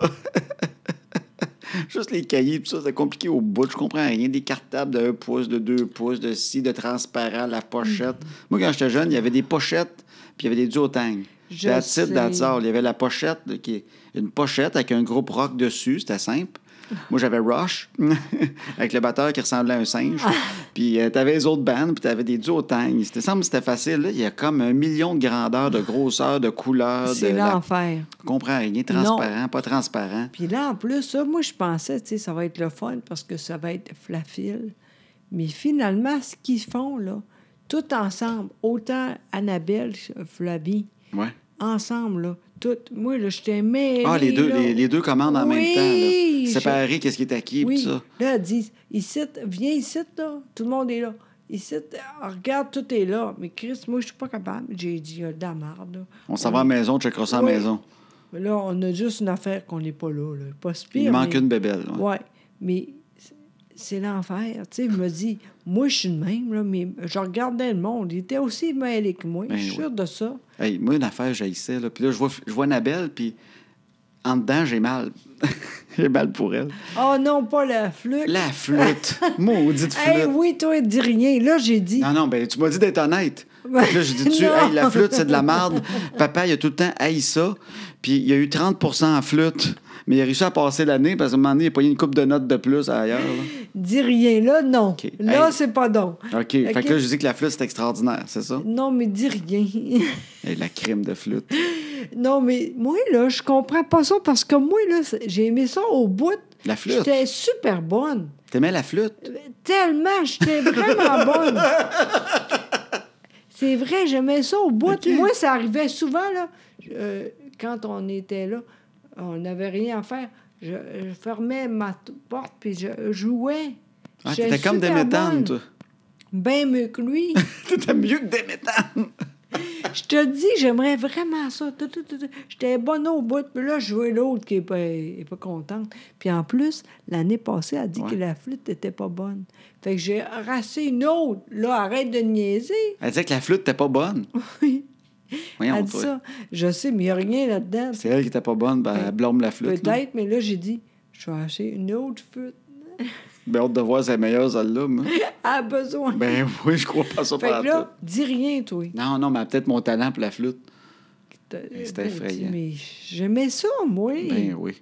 Speaker 2: Juste les cahiers, tout ça, c'est compliqué au bout. Je comprends rien. Des cartables de 1 pouce, de 2 pouces, de ci, de transparent, la pochette.
Speaker 1: Mm-hmm.
Speaker 2: Moi, quand j'étais jeune, il y avait des pochettes, puis il y avait des duotangs.
Speaker 1: Je
Speaker 2: That's it, that's
Speaker 1: sais.
Speaker 2: all. Il y avait la pochette, là, qui est une pochette avec un gros rock dessus, c'était simple. Moi, j'avais Rush, avec le batteur qui ressemblait à un singe. puis euh, t'avais les autres bandes, puis t'avais des duotangs. C'était semble que c'était facile. là. Il y a comme un million de grandeurs, de grosseurs, de couleurs.
Speaker 1: C'est
Speaker 2: de la-
Speaker 1: l'enfer.
Speaker 2: Je comprends rien. Transparent, pas transparent.
Speaker 1: Puis là, en plus, ça, moi, je pensais, tu sais, ça va être le fun parce que ça va être flafil. Mais finalement, ce qu'ils font, là, tout ensemble, autant Annabelle, Flavie,
Speaker 2: Ouais.
Speaker 1: ensemble, là, tout. Moi, là, j'étais mêlée.
Speaker 2: Ah, les deux,
Speaker 1: là.
Speaker 2: les, les deux commandes en même temps.
Speaker 1: Oui,
Speaker 2: Là.
Speaker 1: je-
Speaker 2: Séparer qu'est-ce qui est acquis,
Speaker 1: Oui.
Speaker 2: tout ça.
Speaker 1: Là, elle dit, ici, viens ici, là. Tout le monde est là. Ici, ah, regarde, tout est là. Mais Chris, moi, je suis pas capable. J'ai dit, ah, de la marde, là.
Speaker 2: On s'en va à la maison, on checkera ça à la
Speaker 1: Oui.
Speaker 2: maison.
Speaker 1: Mais là, on a juste une affaire qu'on n'est pas là, là. Pas si
Speaker 2: Il
Speaker 1: pire,
Speaker 2: manque
Speaker 1: mais-
Speaker 2: une bébelle. ouais.
Speaker 1: Ouais, mais c'est- c'est l'enfer. Tu sais, je me dis, moi, je suis de même, là, mais je regardais le monde. Il était aussi mêlé que moi.
Speaker 2: Ben
Speaker 1: je suis
Speaker 2: oui.
Speaker 1: sûre de ça.
Speaker 2: Hey, moi, une affaire, j'haïssais. Là. Puis là, je vois, je vois Annabelle, puis en dedans, j'ai mal. j'ai mal pour elle.
Speaker 1: Oh non, pas la flûte.
Speaker 2: La flûte. Maudite flûte.
Speaker 1: Hey, oui, toi, dis rien. Là, j'ai dit.
Speaker 2: Non, non, ben tu m'as dit d'être honnête.
Speaker 1: Ben,
Speaker 2: Puis là, je dis-tu,
Speaker 1: non.
Speaker 2: hey, la flûte, c'est de la merde. Papa, il a tout le temps haï ça. Puis il y a eu 30 en flûte. Mais il a réussi à passer l'année parce qu'à un moment donné, il a pogné une coupe de notes de plus ailleurs. là.
Speaker 1: Dis rien, là, non.
Speaker 2: OK.
Speaker 1: Là,
Speaker 2: Hey.
Speaker 1: c'est pas donc.
Speaker 2: OK. Fait que là, je dis que la flûte, c'est extraordinaire, c'est ça?
Speaker 1: Non, mais dis rien.
Speaker 2: Hey, la crème de flûte.
Speaker 1: non, mais moi, là, je comprends pas ça parce que moi, là, c'est- j'ai aimé ça au bout.
Speaker 2: La flûte.
Speaker 1: J'étais super bonne.
Speaker 2: T'aimais la flûte?
Speaker 1: Tellement, j'étais vraiment bonne. C'est vrai, j'aimais ça au bout.
Speaker 2: OK.
Speaker 1: Moi, ça arrivait souvent, là, euh, quand on était là, on n'avait rien à faire. Je, je fermais ma t- porte, puis je jouais.
Speaker 2: Ah,
Speaker 1: J'étais
Speaker 2: t'étais comme des
Speaker 1: super bonne.
Speaker 2: méthanes, toi.
Speaker 1: Ben mieux que lui.
Speaker 2: T'étais mieux que des méthanes.
Speaker 1: Je te dis, j'aimerais vraiment ça. Tout, tout, tout, tout. J'étais bonne au bout, puis là, je jouais l'autre qui n'est pas, est pas contente. Puis en plus, l'année passée, elle a dit
Speaker 2: Ouais.
Speaker 1: que la flûte n'était pas bonne. Fait que j'ai rassé une autre. Là, arrête de niaiser.
Speaker 2: Elle disait que la flûte était pas bonne.
Speaker 1: Oui.
Speaker 2: Voyons,
Speaker 1: elle dit
Speaker 2: toi.
Speaker 1: ça. Je sais, mais il n'y a rien là-dedans.
Speaker 2: C'est elle qui était pas bonne, ben, elle blâme la flûte. là.
Speaker 1: Peut-être, mais là, j'ai dit, je vais acheter une autre flûte.
Speaker 2: Ben, hâte de voir c'est meilleure, celle-là, moi.
Speaker 1: Elle a besoin.
Speaker 2: Ben oui, je crois pas ça
Speaker 1: fait
Speaker 2: par
Speaker 1: que
Speaker 2: tout.
Speaker 1: là, dis rien, toi.
Speaker 2: Non, non, mais peut-être mon talent pour la flûte.
Speaker 1: C'était
Speaker 2: effrayant.
Speaker 1: ben, Mais j'aimais ça, moi.
Speaker 2: Ben oui.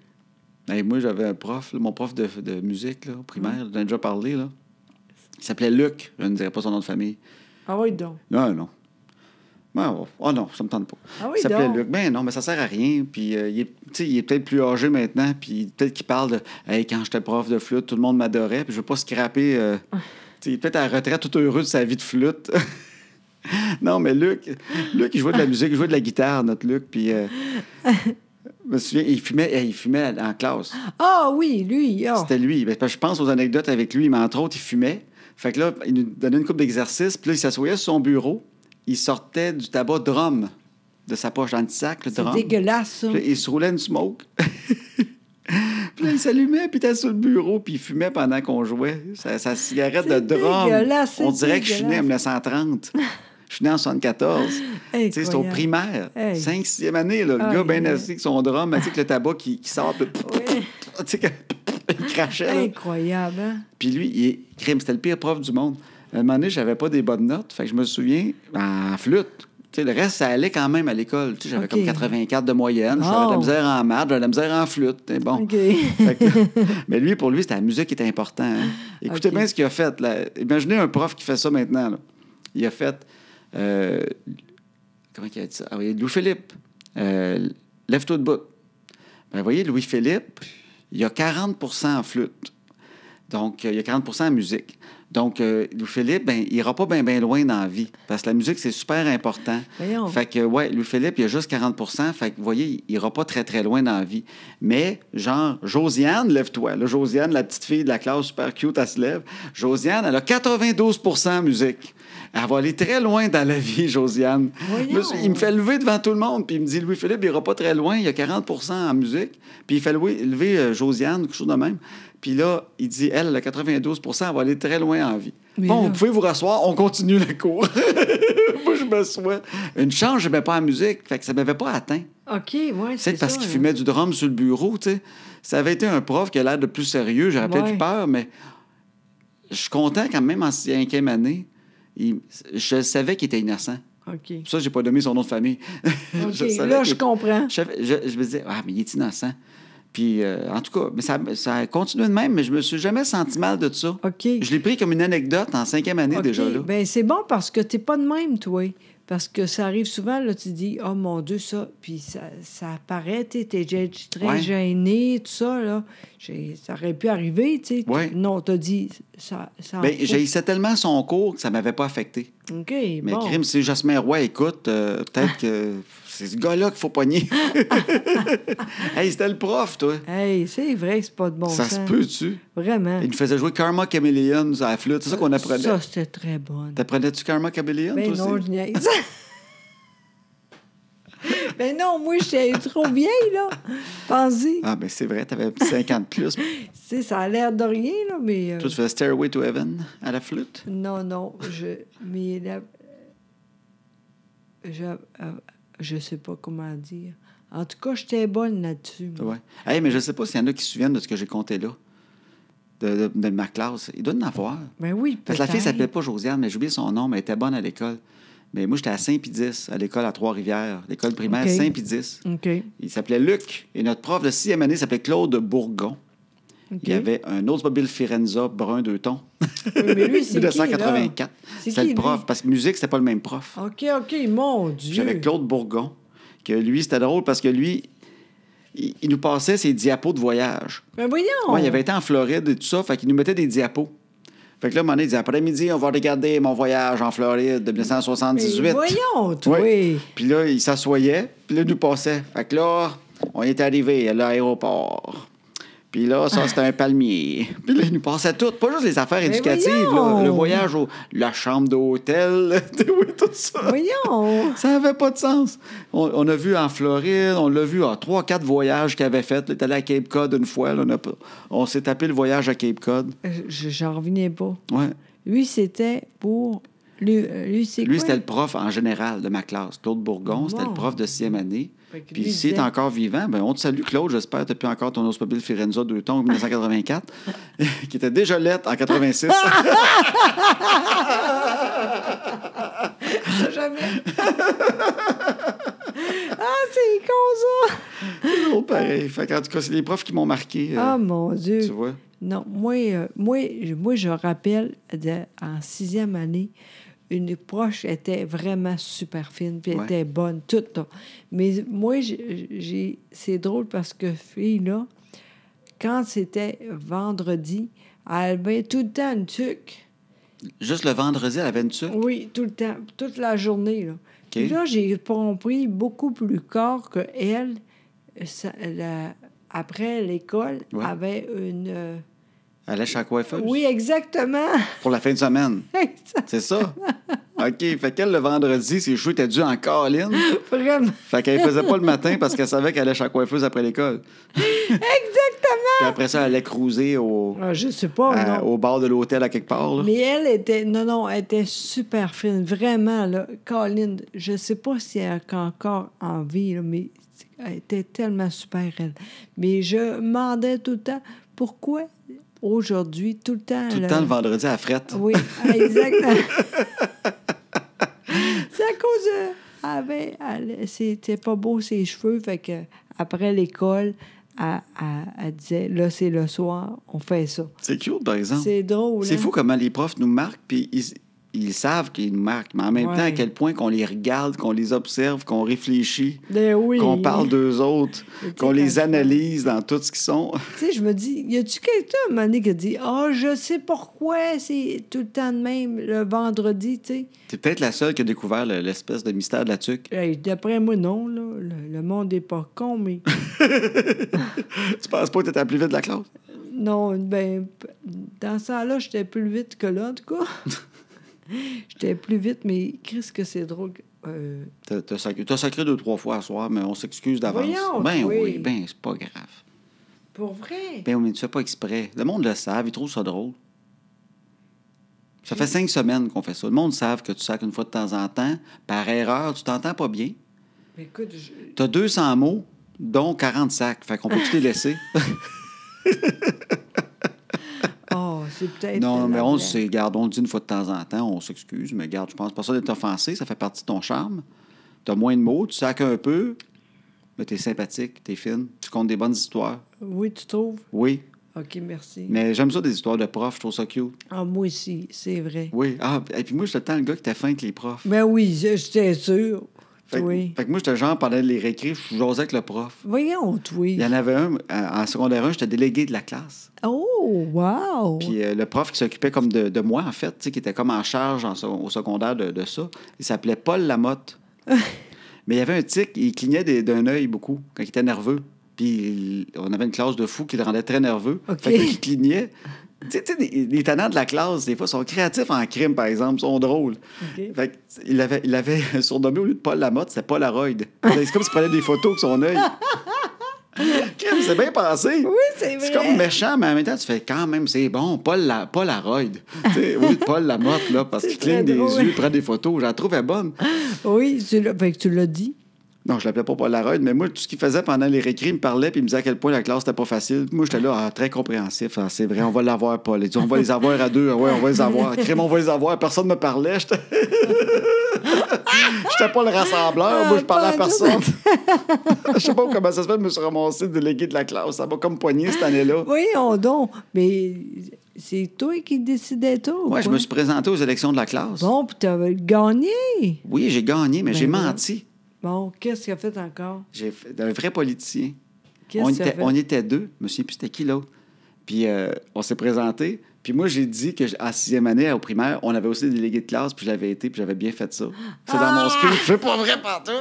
Speaker 2: Ben, moi, j'avais un prof, là, mon prof de, de musique là, au primaire,
Speaker 1: Mm.
Speaker 2: j'en ai déjà parlé, là. Il s'appelait Luc, je ne dirais pas son nom de famille.
Speaker 1: Ah oui, donc.
Speaker 2: Non, non. Ben, oh, oh non, ça me tente pas.
Speaker 1: Ah oui,
Speaker 2: il s'appelait
Speaker 1: donc.
Speaker 2: Luc. Ben non, mais ça sert à rien. Puis euh, il est, tu sais, il est peut-être plus âgé maintenant. Puis peut-être qu'il parle de Hey, quand j'étais prof de flûte, tout le monde m'adorait. Puis je veux pas scraper. euh,
Speaker 1: Ah.
Speaker 2: tu sais, il est peut-être à la retraite tout heureux de sa vie de flûte. non, mais Luc, Luc, il jouait de la musique, il jouait de la guitare, notre Luc. Puis euh, je me souviens, il fumait, eh, il fumait en classe.
Speaker 1: Ah oui, lui. ah.
Speaker 2: C'était lui. Ben, parce que je pense aux anecdotes avec lui, mais entre autres, il fumait. Fait que là, il nous donnait une coupe d'exercices, puis là, il s'assoyait sur son bureau. Il sortait du tabac drum de sa poche anti-sac, le
Speaker 1: C'est
Speaker 2: drum.
Speaker 1: dégueulasse, ça.
Speaker 2: Puis là, il se roulait une smoke. puis là, il s'allumait, puis il était sur le bureau, puis il fumait pendant qu'on jouait. Sa, sa cigarette de
Speaker 1: C'est
Speaker 2: drum.
Speaker 1: dégueulasse, c'est
Speaker 2: On dirait que je suis né en 1930. Je suis né en 1974. Tu sais, C'est au
Speaker 1: Incroyable.
Speaker 2: primaire.
Speaker 1: Hey. Ah,
Speaker 2: 5 6e année, là, le
Speaker 1: Aïe,
Speaker 2: gars bien
Speaker 1: aïe.
Speaker 2: assis avec son drum, mais tu sais, avec le tabac qui, qui sort. puis- Tu sais, quand- il crachait. là.
Speaker 1: Incroyable, hein?
Speaker 2: Puis lui, il est crime, c'était le pire prof du monde. À un moment donné, j'avais pas des bonnes notes. Fait que je me souviens, ben, en flûte. Tu sais, le reste, ça allait quand même à l'école. Tu sais, J'avais
Speaker 1: OK.
Speaker 2: comme 84 de moyenne. J'avais de la
Speaker 1: Oh.
Speaker 2: misère en maths, j'avais de la misère en flûte. T'sais, Bon.
Speaker 1: OK.
Speaker 2: Fait que- mais lui, pour lui, c'était la musique qui était importante. hein. Écoutez
Speaker 1: OK.
Speaker 2: bien ce qu'il a fait. là. Imaginez un prof qui fait ça maintenant. là. Il a fait. euh, comment il a dit ça? Ah oui, Louis-Philippe. euh, Lève-toi debout. Ben, voyez, Louis-Philippe, il a 40 en flûte. Donc, euh, il y a 40 en musique. Donc, euh, Louis-Philippe, ben, il n'ira pas bien loin dans la vie. Parce que la musique, c'est super important.
Speaker 1: Voyons.
Speaker 2: Fait que, ouais, Louis-Philippe, il a juste 40 Fait que, vous voyez, il n'ira pas très, très loin dans la vie. Mais, genre, Josiane, lève-toi. Là, Josiane, la petite fille de la classe super cute, elle se lève. Josiane, elle a 92 en musique. Elle va aller très loin dans la vie, Josiane.
Speaker 1: Voyons.
Speaker 2: Je me suis- Il me fait lever devant tout le monde, puis il me dit Louis-Philippe, il n'ira pas très loin, il y a 40 en musique. Puis il fait lever, lever, euh, Josiane, quelque chose de même. Puis là, il dit Elle, elle a 92 elle va aller très loin en vie.
Speaker 1: Mais
Speaker 2: bon,
Speaker 1: là-
Speaker 2: vous pouvez vous rasseoir, on continue la cour. Moi, je m'assois. Une chance, je n'aimais pas la musique, fait que ça ne m'avait pas atteint.
Speaker 1: OK, ouais, c'est
Speaker 2: C'est parce
Speaker 1: ça,
Speaker 2: qu'il
Speaker 1: hein.
Speaker 2: fumait du drum sur le bureau, tu sais. Ça avait été un prof qui a l'air de plus sérieux, j'aurais peut-être
Speaker 1: Ouais.
Speaker 2: eu peur, mais je suis content quand même en cinquième année. il- Je savais qu'il était innocent.
Speaker 1: OK.
Speaker 2: Pour ça, j'ai pas donné son nom de famille.
Speaker 1: OK,
Speaker 2: savais
Speaker 1: là,
Speaker 2: qu'il-
Speaker 1: je comprends.
Speaker 2: Je, savais- je- je me disais, ah, mais il est innocent. Puis, euh, en tout cas, mais ça, ça a continué de même, mais je me suis jamais senti mal de ça.
Speaker 1: OK.
Speaker 2: Je l'ai pris comme une anecdote en cinquième année
Speaker 1: OK,
Speaker 2: déjà. Là.
Speaker 1: Ben, c'est bon parce que t'es pas de même, toi. Parce que ça arrive souvent, là, tu dis, oh mon Dieu, ça, puis ça, ça apparaît, tu es très
Speaker 2: Ouais.
Speaker 1: gêné, tout ça, là. J'ai- Ça aurait pu arriver, tu sais. Tu-
Speaker 2: Ouais.
Speaker 1: Non, t'as dit, ça. ça en
Speaker 2: Ben,
Speaker 1: fout.
Speaker 2: j'haïssais tellement son cours que ça m'avait pas affecté.
Speaker 1: OK,
Speaker 2: Mais
Speaker 1: bon.
Speaker 2: crime, si Jasmin Roy écoute, euh, peut-être que c'est ce gars-là qu'il faut pogner. hey, c'était le prof, toi.
Speaker 1: Hey, c'est vrai que c'est pas de bon
Speaker 2: ça
Speaker 1: sens.
Speaker 2: se peut-tu?
Speaker 1: Vraiment.
Speaker 2: Il nous faisait jouer Karma Chameleon à la flûte. C'est ça qu'on apprenait.
Speaker 1: Ça, c'était très bon.
Speaker 2: T'apprenais-tu Karma Chameleon,
Speaker 1: Ben
Speaker 2: toi aussi?
Speaker 1: non, je niaise. ben non, moi, j'étais trop vieille, là. Pensez.
Speaker 2: Ah, ben c'est vrai, t'avais 50 plus.
Speaker 1: Tu sais, ça a l'air de rien, là, mais... euh,
Speaker 2: Toi, tu faisais Stairway to Heaven à la flûte.
Speaker 1: Non, non, je... Mais là... Je, euh, je sais pas comment dire. En tout cas, j'étais bonne là-dessus. moi.
Speaker 2: Ouais. Hey, mais je sais pas s'il y en a qui se souviennent de ce que j'ai compté là, de, de- de ma classe. Il doit en avoir.
Speaker 1: Ben oui,
Speaker 2: Parce que la fille
Speaker 1: peut-être.
Speaker 2: s'appelait pas Josiane, mais j'ai oublié son nom, mais elle était bonne à l'école. Mais moi, j'étais à Saint-Pidis, à l'école à Trois-Rivières, l'école primaire
Speaker 1: OK.
Speaker 2: Saint-Pidis.
Speaker 1: OK.
Speaker 2: Il s'appelait Luc, et notre prof de sixième année s'appelait Claude Bourgon.
Speaker 1: OK.
Speaker 2: Il y avait un automobile Firenza brun deux tons,
Speaker 1: Oui, mais lui, c'est qui, là?
Speaker 2: 1984.
Speaker 1: C'est
Speaker 2: C'était
Speaker 1: qui,
Speaker 2: le prof,
Speaker 1: lui?
Speaker 2: parce que musique, c'était pas le même prof.
Speaker 1: OK, OK, mon Dieu.
Speaker 2: Puis j'avais Claude Bourgon, que lui, c'était drôle parce que lui, il, il nous passait ses diapos de voyage.
Speaker 1: Ben voyons!
Speaker 2: Ouais, il avait été en Floride et tout ça, fait qu'il nous mettait des diapos. Fait que là, à un moment donné, il dit après-midi, on va regarder mon voyage en Floride de 1978.
Speaker 1: Mais voyons, toi.
Speaker 2: Oui. Puis là, il s'assoyait, puis là, il nous passait. Fait que là, on est arrivé à l'aéroport. Puis là, ça, c'était un palmier. Puis là, il nous passait tout. Pas juste les affaires
Speaker 1: Mais
Speaker 2: éducatives, là,
Speaker 1: voyons!
Speaker 2: le voyage au... La chambre d'hôtel, tu sais, oui, tout ça.
Speaker 1: Voyons.
Speaker 2: Ça n'avait pas de sens. On, on a vu en Floride, on l'a vu à trois, quatre voyages qu'il avait fait. Il est allé à Cape Cod une fois. là, on a pas- on s'est tapé le voyage à Cape Cod.
Speaker 1: Euh, je- J'en revenais pas.
Speaker 2: Ouais.
Speaker 1: Lui, c'était pour. Lui, euh, lui c'est
Speaker 2: Lui,
Speaker 1: quoi?
Speaker 2: c'était le prof en général de ma classe. Claude Bourgon, c'était
Speaker 1: Bon.
Speaker 2: le prof de sixième année.
Speaker 1: Fait que
Speaker 2: Puis
Speaker 1: lui, il
Speaker 2: s'il est
Speaker 1: disait-
Speaker 2: encore vivant, ben, on te salue, Claude. J'espère que tu as pu encore ton osmobile Firenza deux tons 1984, qui était déjà lettre en 86.
Speaker 1: Ah! Jamais. ah, c'est con, ça!
Speaker 2: Oh, pareil. Fait que, en tout cas, c'est les profs qui m'ont marqué. euh,
Speaker 1: Ah, mon Dieu.
Speaker 2: Tu vois?
Speaker 1: Non, moi, euh, moi, je- moi, je rappelle de- en sixième année, une proche était vraiment super fine, puis elle
Speaker 2: Ouais.
Speaker 1: était bonne, tout. là. Mais moi, j'ai- j'ai, c'est drôle parce que fille-là, quand c'était vendredi, elle avait tout le temps une tuque.
Speaker 2: Juste le vendredi, elle avait une tuque.
Speaker 1: Oui, tout le temps, toute la journée. Là, Puis là j'ai compris beaucoup plus fort que elle, ça- la- après l'école,
Speaker 2: Ouais.
Speaker 1: avait une. euh,
Speaker 2: Elle allait chaque coiffeuse.
Speaker 1: Oui, exactement.
Speaker 2: Pour la fin de semaine.
Speaker 1: Exact.
Speaker 2: C'est ça? OK. Fait qu'elle, le vendredi, ses cheveux étaient dus en colline.
Speaker 1: Vraiment.
Speaker 2: Fait qu'elle faisait pas le matin parce qu'elle savait qu'elle allait chez la coiffeuse après l'école.
Speaker 1: Exactement.
Speaker 2: Puis après ça, elle allait cruiser au,
Speaker 1: Ah, je sais pas,
Speaker 2: à-
Speaker 1: non.
Speaker 2: au bar de l'hôtel à quelque part. là.
Speaker 1: Mais elle était, non, non, elle était super fine, vraiment, là. Colin, je sais pas si elle est encore en vie, là, mais elle était tellement super, elle. Mais je me demandais tout le temps, pourquoi aujourd'hui, tout le temps...
Speaker 2: Tout le
Speaker 1: elle-
Speaker 2: temps, le vendredi, à frette.
Speaker 1: Oui, ah, exactement. C'est à cause de... elle avait- elle- C'était pas beau ses cheveux, fait que après l'école, elle, elle- elle disait, là, c'est le soir, on fait ça.
Speaker 2: C'est cute, par exemple.
Speaker 1: C'est drôle.
Speaker 2: Ah. C'est
Speaker 1: hein?
Speaker 2: fou comment les profs nous marquent, puis ils, ils savent qu'ils nous marquent, mais en même
Speaker 1: Ouais.
Speaker 2: temps, à quel point qu'on les regarde, qu'on les observe, qu'on réfléchit,
Speaker 1: Ben oui.
Speaker 2: qu'on parle d'eux autres,
Speaker 1: Tu sais,
Speaker 2: qu'on les
Speaker 1: quand-
Speaker 2: analyse dans tout ce qu'ils sont.
Speaker 1: Tu sais, je me dis, y a-tu quelqu'un à un moment donné qui a dit Ah, je sais pourquoi c'est tout le temps de même le vendredi, tu sais.
Speaker 2: T'es peut-être la seule qui a découvert le- l'espèce de mystère de la tuque.
Speaker 1: Hey, D'après moi, non, là. Le, le monde n'est pas con, mais.
Speaker 2: Tu penses pas que t'étais la plus vite de la classe?
Speaker 1: non, ben, p- dans ça là j'étais plus vite que là, en tout cas. j'étais plus vite, mais Christ, que c'est drôle. Euh,
Speaker 2: T'as- T'as sacré, t'as sacré deux, trois fois à soir, mais on s'excuse d'avance.
Speaker 1: Voyons,
Speaker 2: Ben
Speaker 1: toi.
Speaker 2: oui, ben c'est pas grave.
Speaker 1: pour vrai.
Speaker 2: Ben oui, mais tu fais pas exprès. Le monde le savent, ils trouvent ça drôle. Ça fait cinq semaines qu'on fait ça. Le monde savent que tu sacres une fois de temps en temps. Par erreur, tu t'entends pas bien.
Speaker 1: Mais écoute, je-
Speaker 2: T'as 200 mots, dont 40 sacs. Fait qu'on peut-tu les laisser?
Speaker 1: oh, c'est peut-être.
Speaker 2: non, mais on le
Speaker 1: la-
Speaker 2: sait. Garde, on le dit une fois de temps en temps, on s'excuse. Mais garde, je pense pas ça d'être offensé. Ça fait partie de ton charme. T'as moins de mots, tu sacs un peu, mais t'es sympathique, t'es fine. Tu comptes des bonnes histoires.
Speaker 1: Oui, tu trouves
Speaker 2: Oui,
Speaker 1: Ok, merci.
Speaker 2: mais j'aime ça des histoires de profs, je trouve ça cute.
Speaker 1: Ah, moi aussi, c'est vrai.
Speaker 2: Oui. Ah, et puis moi, j'étais le temps le gars qui était fin avec les profs.
Speaker 1: Ben oui, je- j'étais sûr.
Speaker 2: Fait, que-
Speaker 1: oui.
Speaker 2: fait que moi, j'étais le genre, pendant les récré, je jasais avec le prof.
Speaker 1: Voyons, oui.
Speaker 2: Il y en avait un, à- en secondaire 1, j'étais délégué de la classe.
Speaker 1: Oh, wow!
Speaker 2: Puis euh, le prof qui s'occupait comme de, de moi, en fait, tu sais, qui était comme en charge en so- au secondaire de, de ça, il s'appelait Paul Lamotte. Mais il y avait un tic, il clignait des- d'un œil beaucoup quand il était nerveux. Puis il- on avait une classe de fous qui le rendait très nerveux.
Speaker 1: OK.
Speaker 2: Fait qu'il clignait. Tu sais, tu sais, les, les tenants de la classe, des fois, sont créatifs en crime, par exemple, sont drôles.
Speaker 1: OK.
Speaker 2: Fait que, il avait, il avait surnommé au lieu de Paul Lamotte, c'était Polaroid. C'est comme s'il prenait des photos avec son œil. Crime, c'est bien passé.
Speaker 1: oui, c'est vrai.
Speaker 2: C'est comme méchant, mais en même temps, tu fais quand même, c'est bon, Paul, la, Paul Aroyd. Tu sais, au lieu de Paul Lamotte, là, parce
Speaker 1: C'est
Speaker 2: qu'il cligne
Speaker 1: très
Speaker 2: des
Speaker 1: drôle.
Speaker 2: yeux, il prend des photos, je la trouvais bonne.
Speaker 1: Oui, tu l'as, fait que tu l'as dit.
Speaker 2: Non, je l'appelais pas Paul Aroyd, mais moi, tout ce qu'il faisait pendant les récrits, il me parlait, puis il me disait à quel point la classe était pas facile. Moi, j'étais là, ah, très compréhensif, Ah, c'est vrai, on va l'avoir, Paul. Il dit, on va les avoir à deux, Ah ouais, on va les avoir. Crime, on va les avoir, personne ne me parlait. J'étais j'étais pas le rassembleur, moi, je parlais à
Speaker 1: Ah, pas du
Speaker 2: personne. Je sais pas comment ça se fait, je me suis ramassé délégué de la classe. Ça m'a comme poigné cette année-là.
Speaker 1: Voyons donc. Mais c'est toi qui décidais tout.
Speaker 2: Ouais, je me suis présenté aux élections de la classe.
Speaker 1: Bon, puis t'as gagné.
Speaker 2: Oui, j'ai gagné, mais
Speaker 1: Ben
Speaker 2: j'ai
Speaker 1: là.
Speaker 2: menti.
Speaker 1: Bon, qu'est-ce qu'il a fait encore?
Speaker 2: J'ai fait- d'un vrai politicien.
Speaker 1: Qu'est-ce
Speaker 2: On
Speaker 1: qu'il a
Speaker 2: était,
Speaker 1: fait?
Speaker 2: on était deux. Je me souviens plus c'était qui l'autre. Puis euh, on s'est présenté. Puis moi, j'ai dit qu'en sixième année, au primaire, on avait aussi des délégués de classe, puis je l'avais été, puis j'avais bien fait ça. C'est dans
Speaker 1: Ah!
Speaker 2: mon speech. C'est pas vrai partout.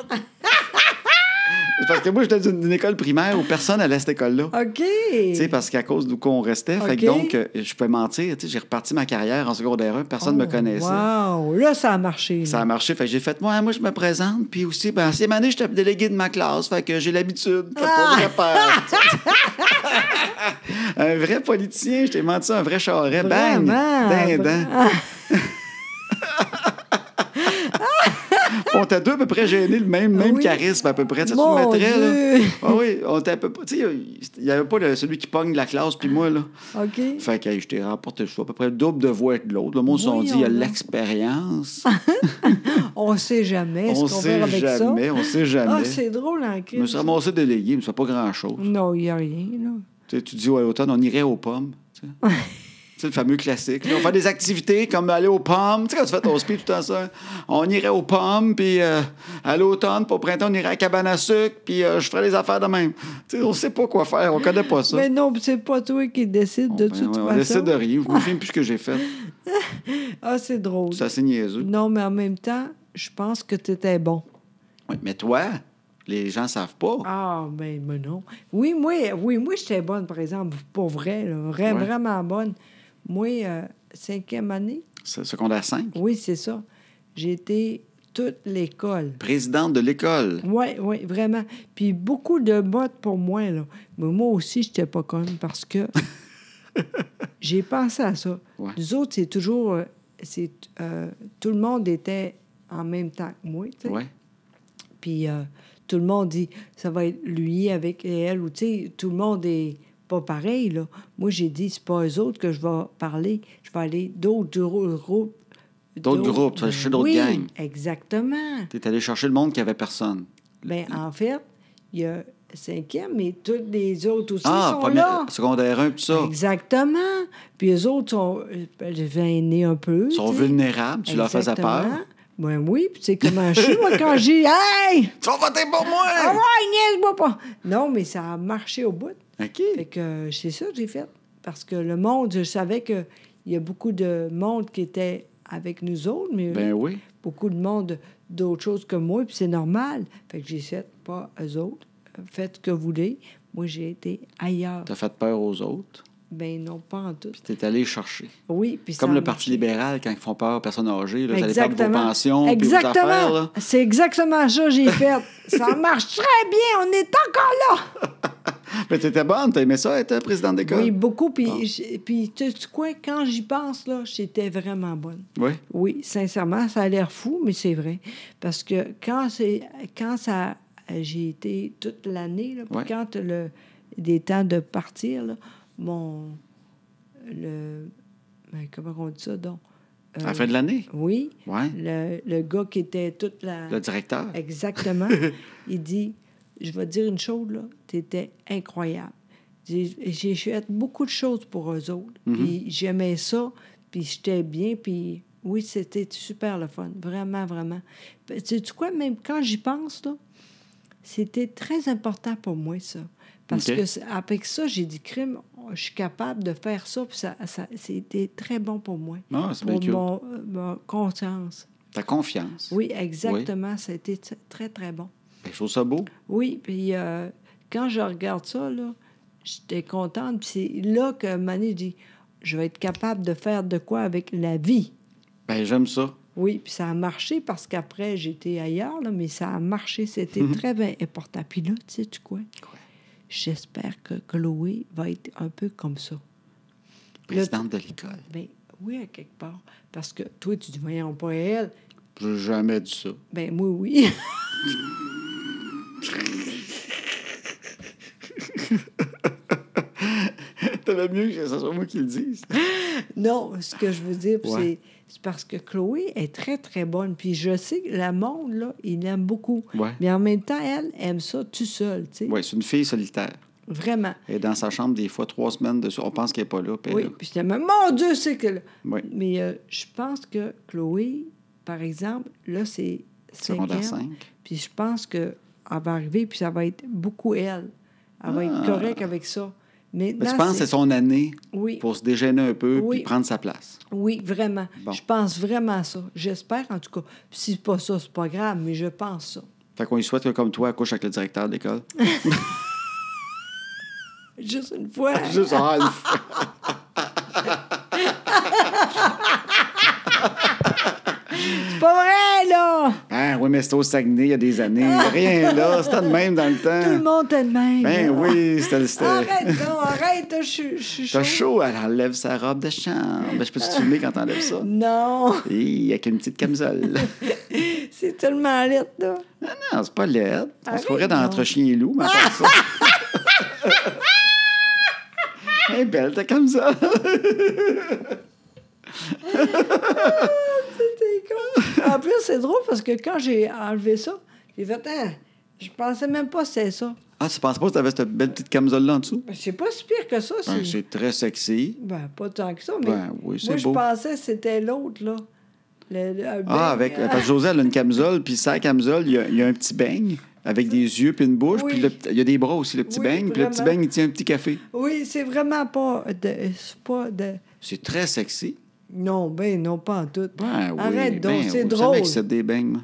Speaker 2: C'est parce que moi, j'étais d'une d'une école primaire où personne allait à cette école-là.
Speaker 1: OK.
Speaker 2: Tu sais, parce qu'à cause d'où qu'on restait, fait
Speaker 1: OK.
Speaker 2: que donc, euh, je peux mentir, tu sais, j'ai reparti ma carrière en secondaire 1, personne ne me connaissait.
Speaker 1: Oh, Wow, là, ça a marché.
Speaker 2: Ça a marché, fait que j'ai fait, moi, moi, je me présente, puis aussi, ben, c'est année, j'étais délégué de ma classe, fait que j'ai l'habitude, t'as pas vrai
Speaker 1: Ah!
Speaker 2: peur. tu sais. un vrai politicien, je t'ai menti, un vrai Ben, charret, bang,
Speaker 1: Vraiment, Ah,
Speaker 2: dindin.
Speaker 1: vra-
Speaker 2: On était deux à peu près gênés, le même, même
Speaker 1: Oui.
Speaker 2: charisme à peu près. Tu sais, tu
Speaker 1: Mon
Speaker 2: le mettrais,
Speaker 1: Dieu.
Speaker 2: là. Ah oui, on était à peu près. Tu sais, il n'y avait pas le- celui qui pogne la classe, puis moi, là.
Speaker 1: OK.
Speaker 2: Fait que hey, je t'ai remporté le choix, à peu près le double de voix que de l'autre. Le monde se sont dit, il y a
Speaker 1: Voyons donc.
Speaker 2: l'expérience.
Speaker 1: On sait jamais
Speaker 2: on
Speaker 1: ce qu'on
Speaker 2: sait
Speaker 1: va avec ça.
Speaker 2: jamais, on sait
Speaker 1: Ah,
Speaker 2: jamais.
Speaker 1: c'est drôle, en crise.
Speaker 2: je me suis ramassé délégué, mais ça fait pas grand-chose.
Speaker 1: Non, il n'y a rien, là.
Speaker 2: Tu sais, Tu dis, ouais, à l'automne, on irait aux pommes. tu sais. Tu sais, le fameux classique. là. on fait des activités comme aller aux pommes. Tu sais, quand tu fais ton speech, tout le temps ça. On irait aux pommes, puis euh, à l'automne, puis au printemps, on irait à la cabane à sucre, puis euh, je ferais les affaires de même. Tu sais, on sait pas quoi faire, on connaît pas ça.
Speaker 1: Mais non, pis c'est pas toi qui décides de
Speaker 2: Ben,
Speaker 1: toute
Speaker 2: ouais, on
Speaker 1: façon.
Speaker 2: décide de rien. Je me souviens plus ce que j'ai fait.
Speaker 1: Ah, c'est drôle.
Speaker 2: C'est assez niaiseux.
Speaker 1: Non, mais en même temps, je pense que tu étais bon.
Speaker 2: Ouais, mais toi, les gens savent pas.
Speaker 1: Ah, ben, mais non. Oui, moi, oui, moi j'étais bonne, par exemple, pour vrai, là, vra-
Speaker 2: Ouais.
Speaker 1: vraiment bonne. Moi, euh, cinquième année,
Speaker 2: C'est secondaire 5.
Speaker 1: oui, c'est ça. J'ai été toute l'école.
Speaker 2: Présidente de l'école.
Speaker 1: Oui, oui, vraiment. Puis beaucoup de bottes pour moi, là. Mais moi aussi, j'étais pas conne parce que j'ai pensé à ça.
Speaker 2: Ouais.
Speaker 1: Nous autres, c'est toujours... euh, c'est, euh, tout le monde était en même temps que moi, tu sais.
Speaker 2: Ouais.
Speaker 1: Puis euh, tout le monde dit, ça va être lui avec elle, ou tu sais, tout le monde est pas pareil, là. Moi, j'ai dit, c'est pas eux autres que je vais parler, je vais aller d'autres grou- groupes.
Speaker 2: D'autres groupes, tu vas chercher d'autres
Speaker 1: Oui,
Speaker 2: gangs.
Speaker 1: exactement.
Speaker 2: Tu es allé chercher le monde qui avait personne.
Speaker 1: Ben, en fait, il y a cinquième, mais tous les autres aussi sont
Speaker 2: premier-
Speaker 1: là.
Speaker 2: Ah,
Speaker 1: Ben,
Speaker 2: secondaire 1, puis ça.
Speaker 1: Exactement. Puis les autres sont euh, gênés un peu.
Speaker 2: Ils sont
Speaker 1: tu sais.
Speaker 2: vulnérables, tu leur faisais peur.
Speaker 1: Exactement. Ben oui, puis tu sais comment je suis, moi, quand j'ai... Hey!
Speaker 2: Tu vas voter pour
Speaker 1: Ah
Speaker 2: moi!
Speaker 1: ouais, niaise-moi pas! Non, mais ça a marché au bout.
Speaker 2: OK.
Speaker 1: Fait que euh, c'est ça que j'ai fait. Parce que le monde, je savais qu'il y a beaucoup de monde qui était avec nous autres, mais
Speaker 2: Ben oui.
Speaker 1: beaucoup de monde d'autres choses que moi, puis c'est normal. Fait que j'ai fait, pas eux autres, euh, faites ce que vous voulez. Moi, j'ai été ailleurs.
Speaker 2: T'as fait peur aux autres,
Speaker 1: Ben non, pas en tout.
Speaker 2: puis t'es allé chercher.
Speaker 1: Oui, puis ça
Speaker 2: Comme
Speaker 1: a
Speaker 2: le
Speaker 1: marché.
Speaker 2: Parti libéral, quand ils font peur aux personnes âgées, là, vous allez perdre vos
Speaker 1: Exactement.
Speaker 2: pensions, puis vos
Speaker 1: exactement.
Speaker 2: affaires. là.
Speaker 1: C'est exactement ça que j'ai fait. ça marche très bien, on est encore là.
Speaker 2: Mais t'étais bonne, t'as aimé ça être présidente d'école?
Speaker 1: Oui, beaucoup. Puis,
Speaker 2: Ah.
Speaker 1: j'ai- puis tu sais quoi, quand j'y pense, là, j'étais vraiment bonne.
Speaker 2: Oui.
Speaker 1: Oui, sincèrement, ça a l'air fou, mais c'est vrai. Parce que quand c'est quand ça j'ai été toute l'année, là, puis
Speaker 2: Ouais.
Speaker 1: quand le il est temps de partir, là, mon le ben, comment on dit ça donc?
Speaker 2: À la fin de l'année?
Speaker 1: Oui.
Speaker 2: Ouais.
Speaker 1: Le, le gars qui était toute la
Speaker 2: Le directeur?
Speaker 1: Exactement. il dit Je vais te dire une chose, là, t'étais incroyable. J'ai j'ai fait beaucoup de choses pour eux autres.
Speaker 2: Mm-hmm.
Speaker 1: Puis j'aimais ça, puis j'étais bien, puis oui, c'était super le fun. Vraiment, vraiment. Tu sais quoi, même quand j'y pense, là, c'était très important pour moi, ça. Parce
Speaker 2: OK.
Speaker 1: que c'est- avec ça, j'ai dit crime, je suis capable de faire ça, puis ça, ça- c'était très bon pour moi.
Speaker 2: Ah, c'est bien
Speaker 1: pour
Speaker 2: cute.
Speaker 1: mon, euh, ma conscience.
Speaker 2: Ta confiance.
Speaker 1: Oui, exactement. Ça a été t- très, très bon.
Speaker 2: Ben, je trouve ça beau.
Speaker 1: Oui, puis euh, quand je regarde ça, là, j'étais contente. Puis c'est là que Mané dit Je vais être capable de faire de quoi avec la vie.
Speaker 2: Ben, j'aime ça.
Speaker 1: Oui, puis ça a marché parce qu'après, j'étais ailleurs, là, mais ça a marché. C'était très bien important. Puis là, tu sais, tu quoi J'espère que Chloé va être un peu comme ça.
Speaker 2: Présidente de l'école.
Speaker 1: Ben oui, à quelque part. Parce que toi, tu dis Voyons pas elle.
Speaker 2: J'ai jamais dit ça.
Speaker 1: Ben moi, oui.
Speaker 2: T'aimerais mieux que ce soit moi qui le dise.
Speaker 1: Non, ce que je veux dire,
Speaker 2: Ouais.
Speaker 1: c'est- c'est parce que Chloé est très, très bonne. Puis je sais que la monde, là, il l'aime beaucoup.
Speaker 2: Ouais.
Speaker 1: Mais en même temps, elle aime ça tout seul, tu sais.
Speaker 2: Oui, c'est une fille solitaire.
Speaker 1: Vraiment.
Speaker 2: Elle est dans sa chambre des fois trois semaines dessus. On pense qu'elle n'est pas là. puis elle
Speaker 1: Oui,
Speaker 2: est là.
Speaker 1: puis finalement, mon Dieu, c'est que... là.
Speaker 2: Ouais.
Speaker 1: Mais euh, je pense que Chloé, par exemple, là, c'est
Speaker 2: Secondaire
Speaker 1: cinquième.
Speaker 2: 5.
Speaker 1: Puis je pense qu'elle va arriver, puis ça va être beaucoup elle. Elle va être
Speaker 2: Ah.
Speaker 1: correcte avec ça.
Speaker 2: Mais
Speaker 1: Maintenant,
Speaker 2: tu penses que c'est son année
Speaker 1: Oui.
Speaker 2: pour se dégêner un peu
Speaker 1: Oui.
Speaker 2: puis prendre sa place.
Speaker 1: Oui, vraiment.
Speaker 2: Bon.
Speaker 1: Je pense vraiment à ça. J'espère, en tout cas. Puis Si c'est pas ça, c'est pas grave, mais je pense ça.
Speaker 2: Fait qu'on lui souhaite que, comme toi, elle couche avec le directeur de l'école.
Speaker 1: Juste une fois.
Speaker 2: Juste ah, une fois.
Speaker 1: C'est pas vrai, là!
Speaker 2: Ah, oui, mais c'était au Saguenay il y a des années. Il y a Rien là, c'était de même dans le temps.
Speaker 1: Tout le monde est de même.
Speaker 2: Ben
Speaker 1: là.
Speaker 2: oui, c'était le. c'était-
Speaker 1: Arrête, non, arrête, je suis- je suis
Speaker 2: T'as
Speaker 1: chaud.
Speaker 2: chaud, elle enlève sa robe de chambre. Ben, je peux te filmer quand t'enlèves ça.
Speaker 1: Non,
Speaker 2: Et avec une petite camisole.
Speaker 1: c'est tellement laid, là.
Speaker 2: Ah non, c'est pas laide. On se
Speaker 1: Arrête
Speaker 2: pourrait dans
Speaker 1: donc.
Speaker 2: Entre chien et loup, mais à part ça. Elle est belle, t'es comme ça.
Speaker 1: C'était con. En plus, c'est drôle parce que quand j'ai enlevé ça, j'ai fait, Hein, je pensais même pas que c'était ça.
Speaker 2: Ah, tu penses pas que t'avais cette belle petite camisole-là en dessous?
Speaker 1: Ben, C'est pas si pire que ça.
Speaker 2: Ben,
Speaker 1: c'est-
Speaker 2: c'est très sexy.
Speaker 1: Ben, pas tant que ça, mais
Speaker 2: Ben oui, c'est
Speaker 1: moi, je
Speaker 2: beau.
Speaker 1: pensais que c'était l'autre, là. Le- le- un
Speaker 2: Ah,
Speaker 1: bec,
Speaker 2: avec.
Speaker 1: euh,
Speaker 2: Parce que José, elle a une camisole, puis sa camisole, il y, a- il y a un petit beigne avec des yeux puis une bouche,
Speaker 1: Oui.
Speaker 2: puis le petit- il y a des bras aussi, le petit
Speaker 1: Oui,
Speaker 2: beigne, puis le petit
Speaker 1: vraiment.
Speaker 2: beigne, il tient un petit café.
Speaker 1: Oui, c'est vraiment pas de... C'est pas de...
Speaker 2: C'est très sexy.
Speaker 1: Non, ben non, pas en tout.
Speaker 2: Ben, oui,
Speaker 1: Arrête donc,
Speaker 2: ben,
Speaker 1: c'est
Speaker 2: oui. Je
Speaker 1: drôle.
Speaker 2: savais que c'était des beignes, moi.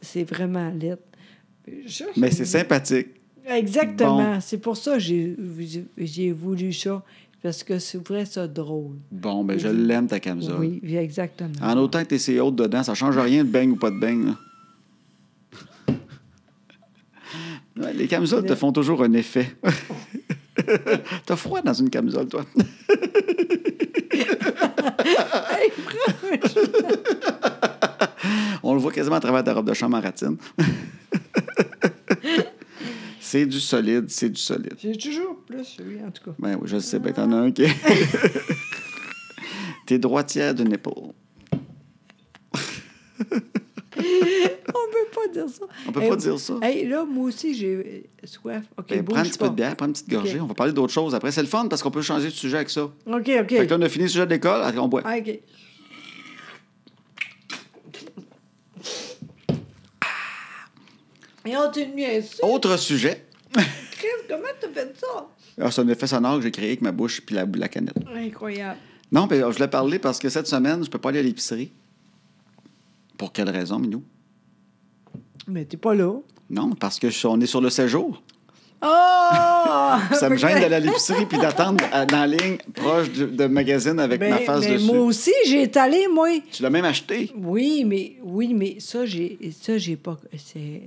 Speaker 1: C'est vraiment laid. Je-
Speaker 2: Mais c'est sympathique.
Speaker 1: Exactement.
Speaker 2: Bon.
Speaker 1: C'est pour ça que j'ai- j'ai j'ai voulu ça, parce que c'est vrai ça drôle.
Speaker 2: Bon, ben je l'aime, ta camisole.
Speaker 1: Oui, oui, exactement.
Speaker 2: En autant que t'es ses hautes dedans, ça change rien de beigne ou pas de beigne. là. Ouais, Les camisoles te font toujours un effet. T'as froid dans une camisole, toi. On le voit quasiment à travers ta robe de chambre en ratine. c'est du solide, c'est du solide.
Speaker 1: J'ai toujours plus, oui, en tout cas.
Speaker 2: Ben oui, je le sais, ben t'en as un qui est... T'es droitière d'une épaule.
Speaker 1: On peut pas dire ça. Eh,
Speaker 2: On peut pas dire ça.
Speaker 1: Hey, là, moi aussi, j'ai euh, soif. OK,
Speaker 2: Ben,
Speaker 1: bouge
Speaker 2: prends un petit
Speaker 1: pas.
Speaker 2: peu de bière, prends une petite gorgée.
Speaker 1: Ok.
Speaker 2: On va parler d'autres choses après. C'est le fun parce qu'on peut changer de sujet avec ça.
Speaker 1: OK, OK. Ah,
Speaker 2: Fait que là, on a fini le sujet de l'école. Après, on boit.
Speaker 1: OK. Ah! Et on te nuit ainsi.
Speaker 2: Autre sujet.
Speaker 1: Crève, comment t'as fait ça?
Speaker 2: Ah, c'est un effet sonore que j'ai créé avec ma bouche puis la, la canette.
Speaker 1: Incroyable.
Speaker 2: Non, mais euh, je voulais parler parce que cette semaine, je peux pas aller à l'épicerie. Pour quelle raison, Minou?
Speaker 1: Mais t'es pas là.
Speaker 2: Non, parce que je- on est sur le séjour.
Speaker 1: Oh!
Speaker 2: Ça me gêne d'aller à l'épicerie puis d'attendre à- dans la ligne proche de, de magazine avec
Speaker 1: Ben,
Speaker 2: ma face
Speaker 1: ben,
Speaker 2: dessus.
Speaker 1: Moi aussi, j'ai étalé, moi.
Speaker 2: Tu l'as même acheté.
Speaker 1: Oui, mais oui, mais ça, j'ai ça, j'ai pas. c'est-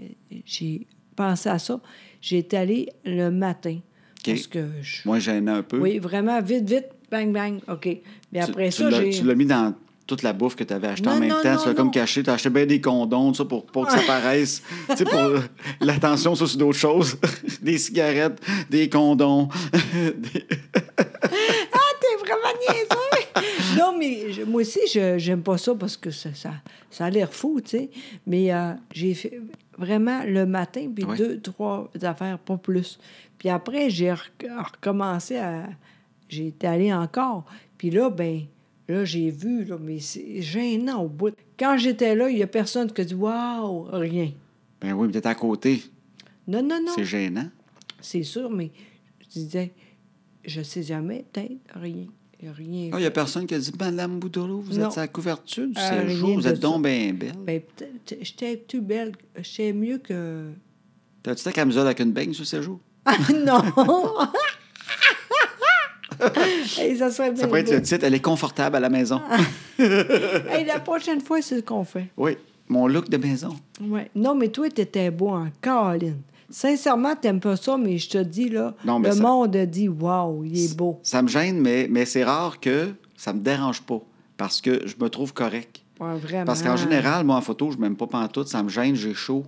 Speaker 1: J'ai pensé à ça. J'ai étalé le matin. Parce que je-
Speaker 2: Moi, gênant un peu.
Speaker 1: Oui, vraiment, vite, vite, bang, bang. OK. Mais
Speaker 2: Tu-
Speaker 1: après
Speaker 2: tu
Speaker 1: ça,
Speaker 2: l'as-
Speaker 1: j'ai.
Speaker 2: Tu l'as mis dans toute la bouffe que tu avais achetée en
Speaker 1: Non,
Speaker 2: même
Speaker 1: non,
Speaker 2: temps.
Speaker 1: non,
Speaker 2: tu l'as comme
Speaker 1: non.
Speaker 2: caché. Tu as acheté bien des condoms, tout ça, pour pas que ça paraisse. tu sais, pour euh, l'attention, ça, c'est d'autres choses. des cigarettes, des condoms. des-
Speaker 1: Ah, t'es vraiment niaiseux! non, mais je- moi aussi, je j'aime pas ça parce que ça, ça, ça a l'air fou, tu sais. Mais euh, j'ai fait vraiment le matin, puis
Speaker 2: Ouais.
Speaker 1: deux, trois affaires, pas plus. Puis après, j'ai rec- recommencé à. J'ai été allée encore. Puis là, ben. Là, j'ai vu, là, mais c'est gênant au bout. Quand j'étais là, il n'y a personne qui a dit Waouh, rien.
Speaker 2: Ben oui, mais t'étais à côté.
Speaker 1: Non, non, non.
Speaker 2: C'est gênant.
Speaker 1: C'est sûr, mais je disais Je sais jamais, peut-être, rien. Rien.
Speaker 2: Il n'y a personne qui a dit Madame Boudreau, vous
Speaker 1: Non.
Speaker 2: êtes à la couverture du
Speaker 1: Euh,
Speaker 2: séjour,
Speaker 1: rien
Speaker 2: vous
Speaker 1: de
Speaker 2: êtes
Speaker 1: ça.
Speaker 2: donc bien belle.
Speaker 1: Ben, peut-être, j'étais plus belle, j'étais mieux que.
Speaker 2: T'as-tu ta camisole avec une beigne sur le séjour?
Speaker 1: Ah non! Hey, ça serait bien.
Speaker 2: Ça pourrait être
Speaker 1: beau.
Speaker 2: le titre, elle est confortable à la maison.
Speaker 1: Ah. Hey, la prochaine fois, c'est ce qu'on fait.
Speaker 2: Oui, mon look de maison.
Speaker 1: Ouais. Non, mais toi, t'étais beau en Caroline. Sincèrement, t'aimes pas ça, mais je te dis, là,
Speaker 2: Non, mais
Speaker 1: le
Speaker 2: ça-
Speaker 1: monde a dit, waouh, il est beau.
Speaker 2: Ça me gêne, mais, mais c'est rare que ça me dérange pas parce que je me trouve correct.
Speaker 1: Ouais, vraiment.
Speaker 2: Parce qu'en général, moi, en photo, je m'aime pas pantoute, ça me gêne, j'ai chaud.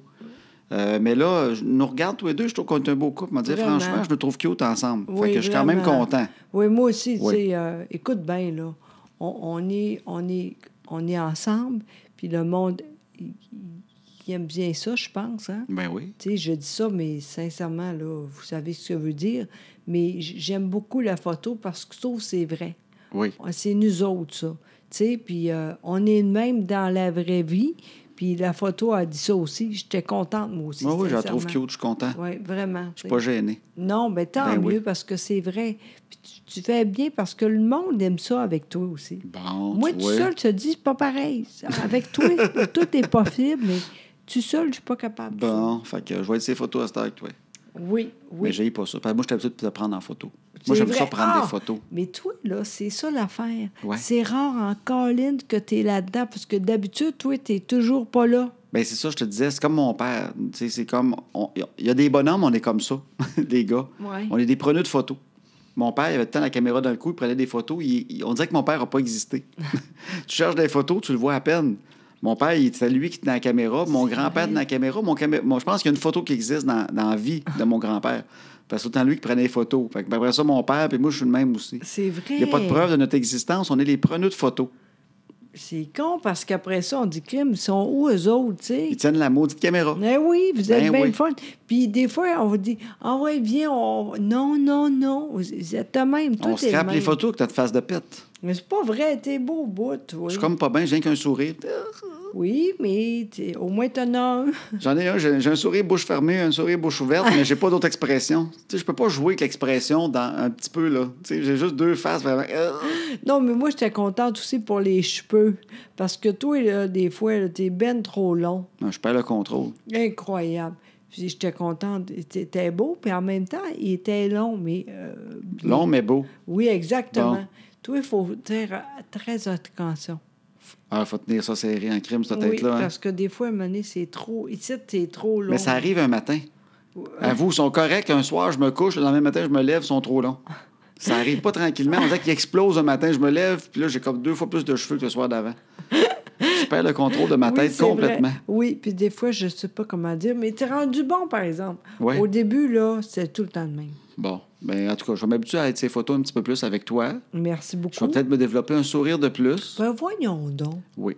Speaker 2: Euh, mais là, je nous regarde tous les deux, je trouve qu'on est un beau couple. m'a dit,
Speaker 1: Vraiment.
Speaker 2: franchement, je me trouve cute ensemble.
Speaker 1: Oui,
Speaker 2: fait que je suis quand même
Speaker 1: vraiment.
Speaker 2: content.
Speaker 1: Oui, moi aussi, tu
Speaker 2: Oui.
Speaker 1: sais, euh, écoute bien, là, on, on est, on, est, on est ensemble, puis le monde, il, il aime bien ça, je pense, hein?
Speaker 2: Ben oui.
Speaker 1: Tu sais, je dis ça, mais sincèrement, là, vous savez ce que ça veut dire. Mais j- j'aime beaucoup la photo parce que je trouve que c'est vrai. Ah,
Speaker 2: Oui.
Speaker 1: C'est nous autres, ça. Tu sais, puis euh, on est de même dans la vraie vie. Puis la photo a dit ça aussi. J'étais contente, moi aussi.
Speaker 2: Moi, oui, je la trouve
Speaker 1: sincèrement.
Speaker 2: cute, je suis content.
Speaker 1: Oui, vraiment.
Speaker 2: Je suis pas gêné.
Speaker 1: Non, mais tant
Speaker 2: Ben
Speaker 1: mieux
Speaker 2: oui.
Speaker 1: parce que c'est vrai. Puis tu, tu fais bien parce que le monde aime ça avec toi aussi.
Speaker 2: Bon,
Speaker 1: Moi,
Speaker 2: tu
Speaker 1: tout
Speaker 2: vois.
Speaker 1: seul, tu te dis, c'est pas pareil. Avec toi, tout est possible, mais tout seul, je suis pas capable.
Speaker 2: Bon, fait que je vais être ces photos à cette heure avec toi.
Speaker 1: Oui,
Speaker 2: Mais
Speaker 1: oui.
Speaker 2: j'ai pas ça. Parce que Moi, je suis habitué de te prendre en photo.
Speaker 1: C'est
Speaker 2: Moi, j'aime ça
Speaker 1: vrai.
Speaker 2: prendre
Speaker 1: Ah!
Speaker 2: des photos.
Speaker 1: Mais toi, là, c'est ça l'affaire.
Speaker 2: Ouais.
Speaker 1: C'est rare en colline que tu es là-dedans, parce que d'habitude, toi, tu toujours pas là.
Speaker 2: Ben c'est ça, je te disais, c'est comme mon père. Tu sais, c'est comme. on- Il y a des bonhommes, on est comme ça, des gars.
Speaker 1: Ouais.
Speaker 2: On est des preneurs de photos. Mon père, il avait tant la caméra dans le cou, il prenait des photos. il- il- on dirait que mon père n'a pas existé. tu cherches des photos, tu le vois à peine. Mon père, il- c'est lui qui tenait la caméra. Mon grand-père tenait la caméra. Mon camé- mon- je pense qu'il y a une photo qui existe dans, dans la vie de mon grand-père. Parce que c'est autant lui qui prenait les photos. Fait que ben, après ça, mon père, puis moi, je suis le même aussi.
Speaker 1: C'est vrai.
Speaker 2: Il n'y a pas de preuve de notre existence. On est les preneurs de photos.
Speaker 1: C'est con, parce qu'après ça, on dit, crime, ils sont où, eux autres, tu sais?
Speaker 2: Ils tiennent la maudite caméra.
Speaker 1: Eh oui, vous êtes
Speaker 2: Ben
Speaker 1: bien
Speaker 2: oui.
Speaker 1: le fun. Puis des fois, on vous dit Ah ouais, viens, on... non, non, non. Vous êtes de même. Tout
Speaker 2: on
Speaker 1: est
Speaker 2: scrape
Speaker 1: de
Speaker 2: les
Speaker 1: même.
Speaker 2: photos que t'as de face de pète.
Speaker 1: Mais c'est pas vrai, t'es beau au bout, toi.
Speaker 2: Je suis comme pas bien, j'ai rien qu'un sourire.
Speaker 1: Oui, mais t'es- au moins t'en as un.
Speaker 2: J'en ai un, j'ai j'ai un sourire bouche fermée, un sourire bouche ouverte, mais j'ai pas d'autre expression. Tu sais, je peux pas jouer avec l'expression dans un petit peu, là. Tu sais, j'ai juste deux faces vraiment. Euh.
Speaker 1: Non, mais moi, j'étais contente aussi pour les cheveux. Parce que toi, là, des fois, là, t'es ben trop long.
Speaker 2: Non, je perds le contrôle.
Speaker 1: Incroyable. Puis j'étais contente. T'étais beau, puis en même temps, il était long, mais. euh,
Speaker 2: Long, mais beau.
Speaker 1: Oui, exactement.
Speaker 2: Bon.
Speaker 1: Toi, il faut dire euh, très attention.
Speaker 2: Ah, faut tenir ça serré en crime, cette
Speaker 1: Oui,
Speaker 2: tête-là. hein.
Speaker 1: parce que des fois, à un moment donné, c'est trop... Ici, c'est trop long.
Speaker 2: Mais ça arrive un matin.
Speaker 1: euh,
Speaker 2: À vous, ils sont corrects. Un soir, je me couche, le lendemain matin, je me lève, ils sont trop longs. Ça arrive pas tranquillement. On dirait qu'ils explosent un matin, je me lève, puis là, j'ai comme deux fois plus de cheveux que le soir d'avant. Je perds le contrôle de ma
Speaker 1: Oui,
Speaker 2: tête
Speaker 1: c'est vrai.
Speaker 2: complètement.
Speaker 1: Oui, puis des fois, je sais pas comment dire, mais t'es rendu bon, par exemple.
Speaker 2: Ouais.
Speaker 1: Au début, là, c'est tout le temps le même.
Speaker 2: Bon, ben en tout cas, je vais m'habituer à être ces photos un petit peu plus avec toi.
Speaker 1: Merci beaucoup.
Speaker 2: Je vais peut-être me développer un sourire de plus.
Speaker 1: Ben, voyons donc.
Speaker 2: Oui.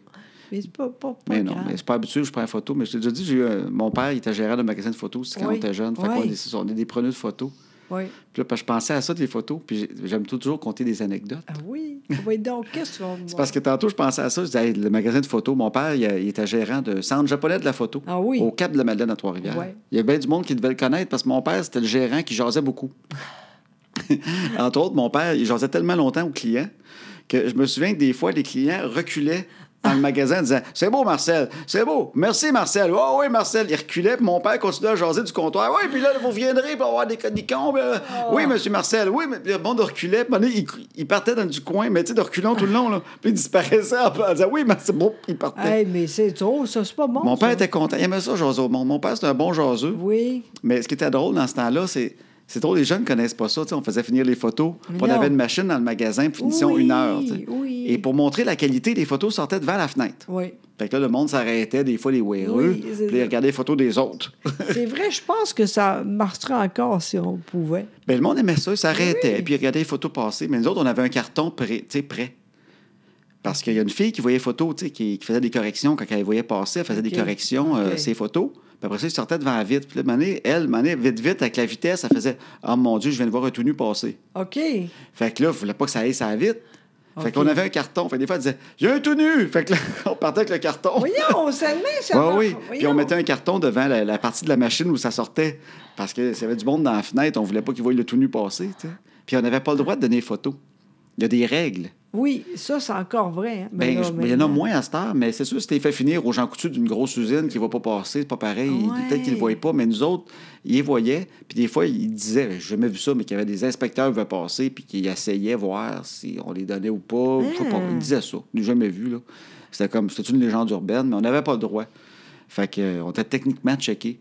Speaker 1: Mais c'est pas, pas, pas
Speaker 2: Mais non,
Speaker 1: grave.
Speaker 2: mais c'est pas habitué, je prends une photo. Mais je t'ai déjà dit, j'ai eu un- mon père, il était gérant d'un magasin de photos c'est quand
Speaker 1: Oui.
Speaker 2: on était jeune. Fait qu'on
Speaker 1: Oui.
Speaker 2: est, c'est- on est des preneurs de photos.
Speaker 1: Oui.
Speaker 2: Puis là, parce que je pensais à ça, des photos, puis j'ai- j'aime tout toujours compter des anecdotes.
Speaker 1: Ah oui? oui, donc, qu'est-ce qu'on
Speaker 2: C'est parce que tantôt, je pensais à ça, je disais, Hey, le magasin de photos, mon père, il, a- il était gérant de centre japonais de la photo
Speaker 1: Ah oui.
Speaker 2: au Cap de la Madeleine à Trois-Rivières.
Speaker 1: Ouais.
Speaker 2: Il y a bien du monde qui devait le connaître parce que mon père, c'était le gérant qui jasait beaucoup. Entre autres, mon père, il jasait tellement longtemps aux clients que je me souviens que des fois, les clients reculaient dans le magasin en disant C'est beau, Marcel, c'est beau, merci, Marcel, oh oui, Marcel. Il reculait, puis mon père continuait à jaser du comptoir. Oui, puis là, vous viendrez pour avoir des, des combes. euh, Oui, monsieur Marcel, oui, mais le monde reculait. Puis à un moment donné, il, il partait dans du coin, mais tu sais, de reculant tout le long, là. puis il disparaissait en, en disant Oui, Marcel, bon, il partait.
Speaker 1: Hey, mais c'est trop, ça, c'est pas bon.
Speaker 2: Mon père
Speaker 1: ça.
Speaker 2: était content. Il aimait ça, jaser au monde. Mon père, c'était un bon jaseux.
Speaker 1: Oui.
Speaker 2: Mais ce qui était drôle dans ce temps-là, c'est. C'est drôle, les jeunes ne connaissent pas ça. tu sais, On faisait finir les photos. puis On
Speaker 1: Non.
Speaker 2: avait une machine dans le magasin, puis finition
Speaker 1: Oui,
Speaker 2: une heure. tu sais.
Speaker 1: oui.
Speaker 2: Et pour montrer la qualité, les photos sortaient devant la fenêtre.
Speaker 1: Oui.
Speaker 2: Fait que là, le monde s'arrêtait, des fois, les wéreux,
Speaker 1: Oui, c'est
Speaker 2: puis ils
Speaker 1: ça.
Speaker 2: regardaient les photos des autres.
Speaker 1: C'est vrai, je pense que ça marcherait encore si on pouvait.
Speaker 2: Mais le monde aimait ça, il s'arrêtait,
Speaker 1: Ben Oui.
Speaker 2: puis il regardait les photos passer. Mais nous autres, on avait un carton prêt. tu sais, prêt. Parce qu'il y a une fille qui voyait les photos, tu sais, qui, qui faisait des corrections quand elle les voyait passer, elle faisait des
Speaker 1: OK.
Speaker 2: corrections, euh,
Speaker 1: OK.
Speaker 2: ses photos. Puis après ça, il sortait devant la vitre. Puis là, mané, elle, mané, vite, vite, avec la vitesse, elle faisait Oh mon Dieu, je viens de voir un tout nu passer.
Speaker 1: OK.
Speaker 2: Fait que là, il voulait pas que ça aille, ça aille vite. Fait
Speaker 1: OK.
Speaker 2: qu'on avait un carton. Fait que des fois, elle disait Il y a un tout nu Fait que là, on partait avec le carton.
Speaker 1: Voyons, ça met, ça
Speaker 2: Ouais,
Speaker 1: marche.
Speaker 2: oui, Puis on
Speaker 1: Voyons.
Speaker 2: mettait un carton devant la, la partie de la machine où ça sortait. Parce que s'il y avait du monde dans la fenêtre, on voulait pas qu'ils voient le tout nu passer. tu sais. Puis on n'avait pas le droit de donner des photos. Il y a des règles.
Speaker 1: Oui, ça, c'est encore vrai. hein.
Speaker 2: Ben,
Speaker 1: là,
Speaker 2: je- ben, il y en a
Speaker 1: maintenant-
Speaker 2: moins à cette heure, mais c'est sûr, si t'es fait finir aux gens coutus d'une grosse usine qui ne va pas passer, c'est pas pareil.
Speaker 1: Ouais.
Speaker 2: Peut-être qu'ils ne le voyaient pas, mais nous autres, ils les voyaient. Puis des fois, ils disaient, j'ai jamais vu ça, mais qu'il y avait des inspecteurs qui veulent passer, puis qu'ils essayaient voir si on les donnait ou pas. ou je sais pas.
Speaker 1: Hein?
Speaker 2: Ils disaient ça. J'ai jamais vu, là. C'était comme, c'était une légende urbaine, mais on n'avait pas le droit. Fait que, euh, on était techniquement checkés.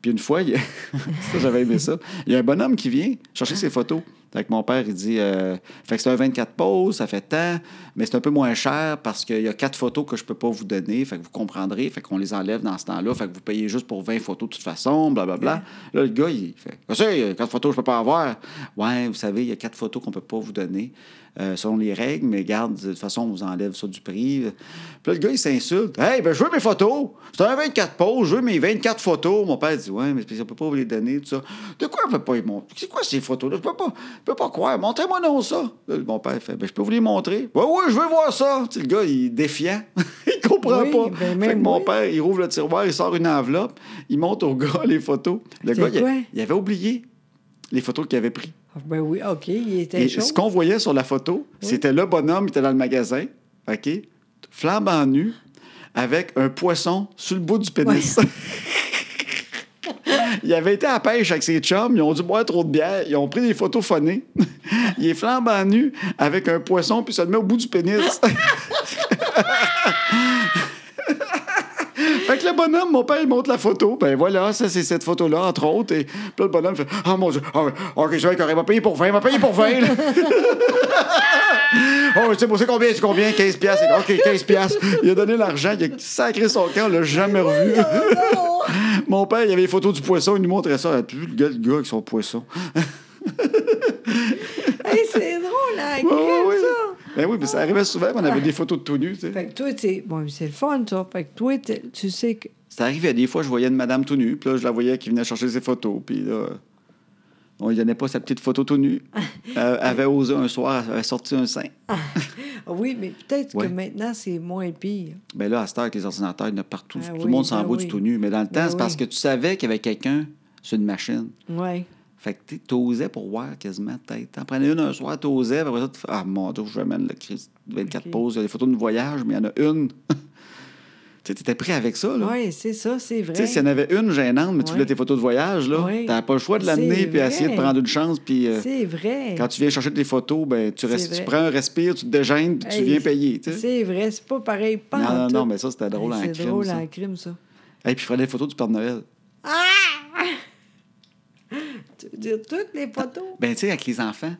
Speaker 2: Puis une fois, il y a- ça, j'avais aimé ça. Il y a un bonhomme qui vient chercher ses photos. Fait que mon père, il dit euh, Fait que c'est un 24 poses, ça fait tant, mais c'est un peu moins cher parce qu'il y a quatre photos que je peux pas vous donner. Fait que vous comprendrez. Fait qu'on les enlève dans ce temps-là. Fait que vous payez juste pour 20 photos de toute façon, blablabla. Là, le gars, il fait Qu'est-ce que c'est, quatre photos, je peux pas avoir. Ouais, vous savez, il y a quatre photos qu'on peut pas vous donner euh, selon les règles, mais garde, de toute façon, on vous enlève ça du prix. Puis là, le gars, il s'insulte. Hey, ben, je veux mes photos. C'est un 24 poses, je veux mes 24 photos. Mon père dit, ouais, mais on peut pas vous les donner, tout ça. De quoi on peut pas les montrer? C'est quoi ces photos-là? Je peux pas, je peux pas croire. Montrez-moi non ça. Là, mon père fait, ben, je peux vous les montrer. Ouais, ouais, je veux voir ça. Tu sais, le gars, il est défiant. il comprends
Speaker 1: Oui,
Speaker 2: pas.
Speaker 1: ben,
Speaker 2: Fait que
Speaker 1: même
Speaker 2: mon
Speaker 1: moi.
Speaker 2: père, il rouvre le tiroir, il sort une enveloppe, il montre au gars les photos. Le
Speaker 1: C'est
Speaker 2: gars, il,
Speaker 1: quoi?
Speaker 2: il avait oublié les photos qu'il avait prises.
Speaker 1: Ah, Ben oui, OK, il était
Speaker 2: Et
Speaker 1: chaud.
Speaker 2: ce qu'on voyait sur la photo, c'était le bonhomme qui était dans le magasin, OK, flambant nu, avec un poisson sur le bout du pénis. Il avait été à la pêche avec ses chums, ils ont dû boire trop de bière, ils ont pris des photos phonées. Il est flambant nu avec un poisson, puis ça le met au bout du pénis. Fait que le bonhomme, mon père, il montre la photo. Ben voilà, ça, c'est cette photo-là, entre autres. Et puis là, le bonhomme fait Ah mon Dieu, ah, ouais, ok, je vais correct, il m'a payé pour 20, il m'a payé pour 20. là. oh, tu sais, bon, c'est combien, c'est combien 15 piastres. Ok, 15 piastres. Il a donné l'argent, il a sacré son camp, on l'a jamais revu. mon père, il avait les photos du poisson, il nous montrait ça. Tu as vu le gars, le gars avec son poisson
Speaker 1: Hey, c'est drôle, la
Speaker 2: Ouais, ouais,
Speaker 1: crème,
Speaker 2: ouais.
Speaker 1: ça!
Speaker 2: Ben oui, mais ça arrivait souvent qu'on avait des photos de tout nu, tu sais.
Speaker 1: Fait que toi, t'es... Bon, c'est le fun, ça. Fait que toi, t'es- tu sais que...
Speaker 2: Ça arrivait. Des fois, je voyais une madame tout nue, puis là, je la voyais qui venait chercher ses photos, puis là, on lui donnait pas sa petite photo tout nue. Elle avait osé un soir, elle avait sorti un sein.
Speaker 1: Ah Oui, mais peut-être
Speaker 2: Ouais.
Speaker 1: que maintenant, c'est moins pire.
Speaker 2: Mais Ben là, à cette heure, avec les ordinateurs, il y en a partout.
Speaker 1: Ah
Speaker 2: tout
Speaker 1: oui,
Speaker 2: le monde s'en
Speaker 1: ben
Speaker 2: va
Speaker 1: oui.
Speaker 2: du tout nu. Mais dans le temps,
Speaker 1: Ben
Speaker 2: c'est parce
Speaker 1: oui.
Speaker 2: que tu savais qu'il y avait quelqu'un sur une machine.
Speaker 1: Oui.
Speaker 2: Fait que tu osais pour voir quasiment peut-être. T'en prenais une un soir, t'osais, puis après ça, tu fais Ah mon Dieu, je ramène le Christ, 24
Speaker 1: Ok.
Speaker 2: poses, il y a des photos de voyage, mais il y en a une. tu sais, t'étais prêt avec ça, là.
Speaker 1: Oui, c'est ça, c'est vrai.
Speaker 2: Tu sais, s'il y en avait une gênante, mais tu
Speaker 1: Ouais.
Speaker 2: voulais tes photos de voyage, là,
Speaker 1: Ouais.
Speaker 2: t'avais pas le choix de
Speaker 1: C'est
Speaker 2: l'amener puis
Speaker 1: vrai.
Speaker 2: essayer de prendre une chance. Puis euh,
Speaker 1: C'est vrai.
Speaker 2: quand tu viens chercher tes photos, ben, tu, restes-
Speaker 1: vrai.
Speaker 2: tu prends un respire, tu te dégênes, puis tu
Speaker 1: Hey,
Speaker 2: viens payer. tu sais.
Speaker 1: C'est vrai, c'est pas pareil. Pas
Speaker 2: Non,
Speaker 1: en
Speaker 2: non,
Speaker 1: tout.
Speaker 2: non, mais ça, c'était drôle en
Speaker 1: Hey, C'est
Speaker 2: crime,
Speaker 1: drôle
Speaker 2: ça.
Speaker 1: en crime, ça.
Speaker 2: Hey, puis je prenais des photos du Père Noël.
Speaker 1: Tu veux dire toutes les photos?
Speaker 2: Ben, tu sais, avec les enfants,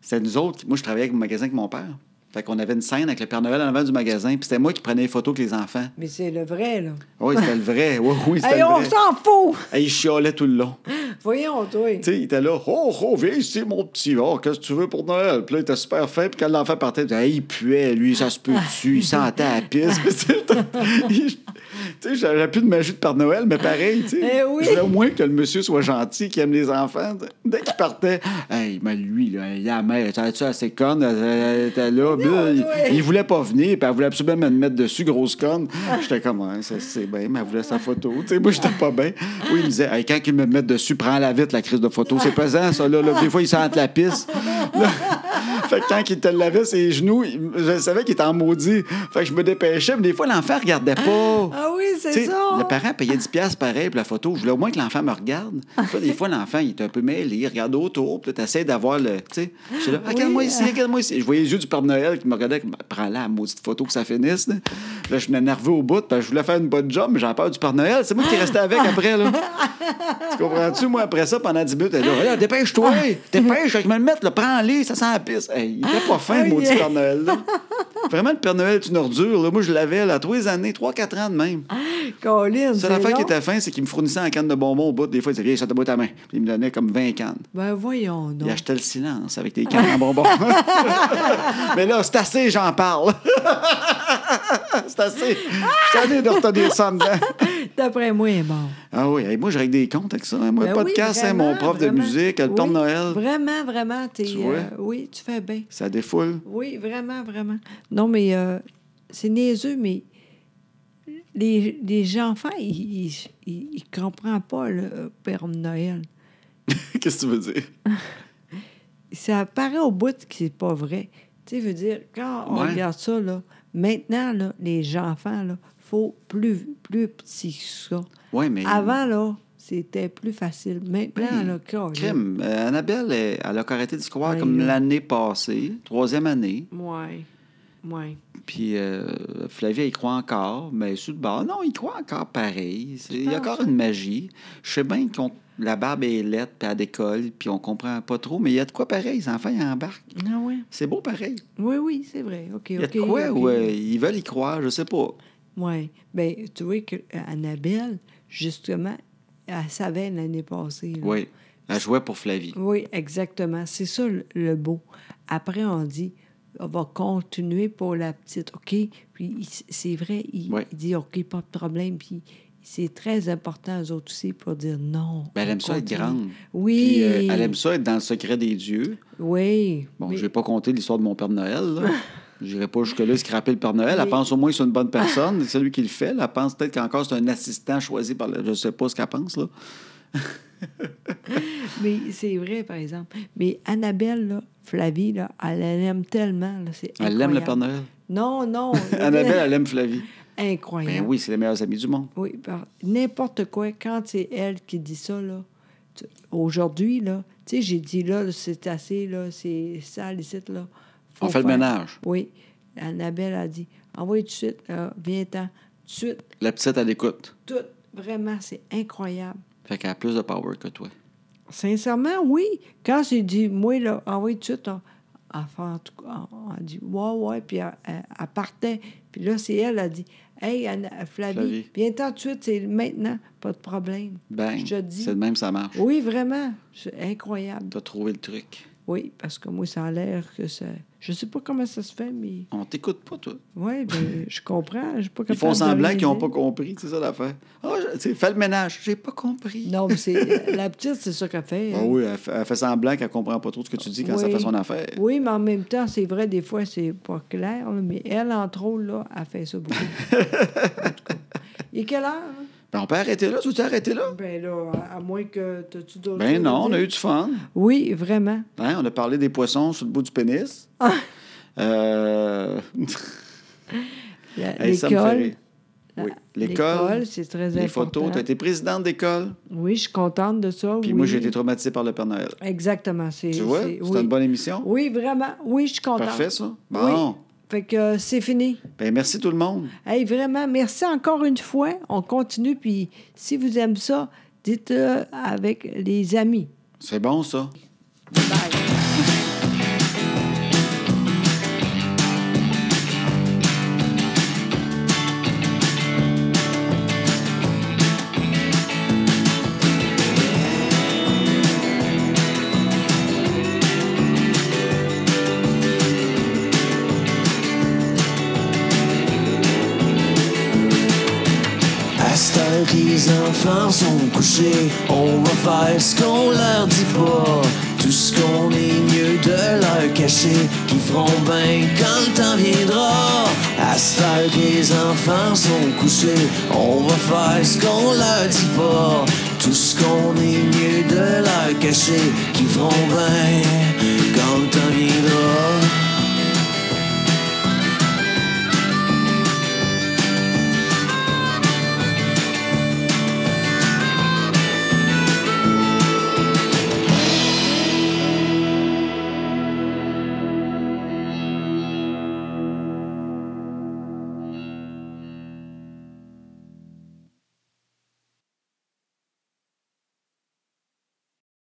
Speaker 2: c'était nous autres. qui- Moi, je travaillais avec mon magasin avec mon père. Fait qu'on avait une scène avec le Père Noël en avant du magasin, puis c'était moi qui prenais les photos avec les enfants.
Speaker 1: Mais c'est le vrai, là.
Speaker 2: Oui, c'était le vrai. Oui, oui, c'était
Speaker 1: Hey,
Speaker 2: le
Speaker 1: on
Speaker 2: vrai.
Speaker 1: s'en fout!
Speaker 2: Hey, il chialait tout le long.
Speaker 1: Voyons, toi.
Speaker 2: Tu sais, il était là, oh, oh, viens ici, mon petit, oh, qu'est-ce que tu veux pour Noël? Puis là, il était super fin, puis quand l'enfant partait, il disait, hey, il puait, lui, ça se peut
Speaker 1: Ah.
Speaker 2: dessus, il sentait la pisse. Puis c'est le temps- il- Tu sais, j'avais plus de magie de Père Noël, mais pareil, tu sais.
Speaker 1: Eh oui.
Speaker 2: Je voulais au moins que le monsieur soit gentil, qu'il aime les enfants. tu sais. Dès qu'il partait, hey, mais lui, là, la mère, tu tu assez conne, elle- elle était là, puis là, il,
Speaker 1: ouais.
Speaker 2: il voulait pas venir, puis elle voulait absolument me le mettre dessus, grosse conne. J'étais comme, Hein, ça c'est bien, mais elle voulait sa photo. Tu sais, moi, j'étais pas bien. Oui, il me disait, Hey, quand il me met dessus, prends-la vite, la crise de photo. C'est pesant, ça, là. là. Des fois, il sent la pisse. Là, fait que quand il te lavait ses genoux, il- je savais qu'il était en maudit. Fait que je me dépêchais, mais des fois, l'enfant regardait pas.
Speaker 1: Ah oui, c'est
Speaker 2: Tu sais,
Speaker 1: ça.
Speaker 2: Le parent payait 10 pièces pareil pour la photo. Je voulais au moins que l'enfant me regarde.
Speaker 1: Ah.
Speaker 2: Puis là, des fois, l'enfant, il est un peu mêlé, il regarde autour, puis là, t'essaies d'avoir le. Tu sais, je suis là, Ah, regarde-moi
Speaker 1: Oui.
Speaker 2: ici, regarde-moi ici. Je voyais les yeux du Père Noël qui me regardait, comme, Ah, prends-la, la maudite photo que ça finisse. Là, Là, je venais nerveux au bout, parce que je voulais faire une bonne job, mais j'avais peur du Père Noël. C'est moi qui restais avec après, là. tu comprends-tu? Moi, après ça, pendant 10 minutes, elle dit,
Speaker 1: Ah.
Speaker 2: Regarde, dépêche-toi, dépêche, je vais me le mettre, là, prends-les, ça sent la pisse. Hey, il était pas fin,
Speaker 1: Ah,
Speaker 2: le maudit
Speaker 1: yeah.
Speaker 2: Père Noël. là. Vraiment, le Père Noël est une ordure. là. Moi, je l'avais, là, 3 années, 3-4 ans de même.
Speaker 1: Colin,
Speaker 2: La
Speaker 1: c'est
Speaker 2: seule affaire
Speaker 1: long.
Speaker 2: qui était fin, c'est qu'il me fournissait en canne de bonbons au bout. Des fois, il disait, viens, ça te boit ta main. Puis il me donnait comme 20 cannes.
Speaker 1: Ben voyons, non.
Speaker 2: Il achetait le silence avec des cannes en bonbons. Mais là, c'est assez, j'en parle. c'est assez. Je suis tanné de retenir ça en dedans.
Speaker 1: D'après moi, il est mort.
Speaker 2: Ah oui, hey, moi, je règle des comptes avec ça. hein. Moi,
Speaker 1: Ben oui,
Speaker 2: podcast, hein,
Speaker 1: vraiment,
Speaker 2: mon prof de
Speaker 1: vraiment.
Speaker 2: musique, le
Speaker 1: Oui,
Speaker 2: temps de Noël,
Speaker 1: Vraiment, vraiment, t'es.
Speaker 2: Tu vois?
Speaker 1: euh, oui, tu fais bien.
Speaker 2: ça défoule.
Speaker 1: Oui, vraiment, vraiment. Non, mais euh, c'est niaiseux, mais les, les enfants, ils ne comprennent pas le euh, Père Noël.
Speaker 2: Qu'est-ce que tu veux dire?
Speaker 1: Ça apparaît au bout que c'est pas vrai. Tu sais, je veux dire, quand on
Speaker 2: Ouais.
Speaker 1: regarde ça, là, maintenant, là, les enfants, il faut plus, plus petit que ça.
Speaker 2: Oui, mais.
Speaker 1: Avant, là, c'était plus facile. Maintenant, là, quand
Speaker 2: Crime. Euh, Annabelle, elle, elle a arrêté d'y croire
Speaker 1: Ouais,
Speaker 2: comme
Speaker 1: Ben là.
Speaker 2: l'année passée, troisième année.
Speaker 1: Oui, oui.
Speaker 2: Puis euh, Flavia, il croit encore, mais sur le bord, non, il croit encore pareil. C'est- Il y a
Speaker 1: penses?
Speaker 2: encore une magie. Je sais bien que la barbe est laite, puis elle décolle, puis on comprend pas trop, mais il y a de quoi pareil. Les enfants, ils embarquent.
Speaker 1: Ah ouais.
Speaker 2: C'est beau pareil.
Speaker 1: Oui, oui, c'est vrai. OK,
Speaker 2: Il y a
Speaker 1: OK.
Speaker 2: de quoi
Speaker 1: OK.
Speaker 2: où euh, ils veulent y croire, je sais pas.
Speaker 1: Oui. Bien, tu vois que euh, Annabelle, justement, elle savait l'année passée. là.
Speaker 2: Oui. Elle jouait pour Flavie.
Speaker 1: Mm. Oui, exactement. C'est ça le, le beau. Après, on dit, on va continuer pour la petite, OK? Puis il- c'est vrai, il,
Speaker 2: Ouais.
Speaker 1: il dit, OK, pas de problème. Puis c'est très important, aux autres aussi, pour dire non.
Speaker 2: Ben, elle
Speaker 1: on
Speaker 2: aime ça être
Speaker 1: continue.
Speaker 2: grande.
Speaker 1: Oui.
Speaker 2: Puis, euh, elle aime ça être dans le secret des dieux.
Speaker 1: Oui.
Speaker 2: Bon,
Speaker 1: mais-
Speaker 2: je vais pas compter l'histoire de mon Père Noël, là. J'irai pas jusque-là scraper le Père Noël. Elle
Speaker 1: Mais-
Speaker 2: pense au moins que c'est une bonne personne. C'est celui qui le fait. Elle pense peut-être qu'encore c'est un assistant choisi par le. Je sais pas ce qu'elle pense, là.
Speaker 1: Mais c'est vrai, par exemple. Mais Annabelle, là, Flavie, là, elle l'aime tellement. là, c'est
Speaker 2: Elle aime le
Speaker 1: incroyable.
Speaker 2: Père Noël.
Speaker 1: Non, non.
Speaker 2: Annabelle, elle aime Flavie. Ben
Speaker 1: Incroyable.
Speaker 2: oui, c'est les meilleurs amis du monde.
Speaker 1: Oui, par- n'importe quoi, quand c'est elle qui dit ça, là, tu- aujourd'hui, là, tu sais, j'ai dit, là, c'est assez, là, c'est sale ici, là. Faut
Speaker 2: On fait le
Speaker 1: faire-
Speaker 2: ménage.
Speaker 1: Oui. Annabelle a dit, envoyez tout de suite, là, viens-t'en, tout de suite,
Speaker 2: La petite, elle écoute.
Speaker 1: tout. Vraiment, c'est incroyable.
Speaker 2: Fait qu'elle a plus de power que toi.
Speaker 1: Sincèrement, oui. Quand j'ai dit, moi, là, envoyez tout de suite, là, enfin, en tout cas, on a dit, ouais, ouais, puis elle, elle- elle partait. Puis là, c'est elle, elle a dit, hey, Anna- euh, Flavie,
Speaker 2: Flavie.
Speaker 1: viens-t'en tout de suite, c'est maintenant, pas de problème.
Speaker 2: Bang.
Speaker 1: Je te dis.
Speaker 2: Ben, C'est de même, ça marche.
Speaker 1: Oui, vraiment. C'est incroyable.
Speaker 2: Oh. T'as trouvé le truc.
Speaker 1: Oui, parce que moi, ça a l'air que ça. Je sais pas comment ça se fait, mais.
Speaker 2: On t'écoute pas, toi.
Speaker 1: Oui, ben, je comprends. Je suis pas
Speaker 2: Ils
Speaker 1: capable
Speaker 2: font
Speaker 1: de
Speaker 2: semblant
Speaker 1: rien
Speaker 2: qu'ils n'ont
Speaker 1: dire.
Speaker 2: pas compris, c'est ça l'affaire. Ah, je- tu sais, fais le ménage. J'ai pas compris.
Speaker 1: Non, mais c'est. La petite, c'est ça qu'elle fait.
Speaker 2: Ah
Speaker 1: hein.
Speaker 2: oui, elle fait, elle fait semblant qu'elle comprend pas trop ce que tu dis quand ça
Speaker 1: Oui.
Speaker 2: fait son affaire.
Speaker 1: Oui, mais en même temps, c'est vrai, des fois, c'est pas clair, là, mais elle, entre autres, là, elle fait ça beaucoup. En tout cas. Et quelle heure? hein?
Speaker 2: Ben, on peut arrêter là, tu veux arrêter là?
Speaker 1: Ben là, à- à moins que. T'as-tu d'autres choses
Speaker 2: Ben
Speaker 1: à
Speaker 2: non, on a
Speaker 1: dire?
Speaker 2: eu du fun.
Speaker 1: Oui, vraiment.
Speaker 2: Hein, on a parlé des poissons sur le bout du pénis. Euh,
Speaker 1: La-
Speaker 2: hey, ça me fait
Speaker 1: L'école.
Speaker 2: rire. Oui,
Speaker 1: la-
Speaker 2: Ah, L'école,
Speaker 1: c'est très
Speaker 2: les
Speaker 1: important.
Speaker 2: photos. Tu as été présidente d'école,
Speaker 1: Oui, je suis contente de ça.
Speaker 2: puis
Speaker 1: oui.
Speaker 2: moi, j'ai été traumatisé par le Père Noël.
Speaker 1: Exactement. C'est,
Speaker 2: Tu vois,
Speaker 1: c'est-
Speaker 2: c'est
Speaker 1: oui.
Speaker 2: une bonne émission.
Speaker 1: Oui, vraiment. Oui, je suis contente.
Speaker 2: Parfait, ça.
Speaker 1: Oui.
Speaker 2: Bon.
Speaker 1: Fait que euh, c'est fini.
Speaker 2: Ben, merci tout le monde.
Speaker 1: Hey, vraiment, merci encore une fois. On continue. Puis si vous aimez ça, dites-le avec les amis.
Speaker 2: C'est bon, ça.
Speaker 1: Bye.
Speaker 3: À cette heure que les enfants sont couchés, on va faire ce qu'on leur dit pas. Tout ce qu'on est mieux de leur cacher, qui feront bien quand le temps viendra. À cette heure que les enfants sont couchés, on va faire ce qu'on leur dit pas. Tout ce qu'on est mieux de leur cacher, qui feront bien quand le temps viendra.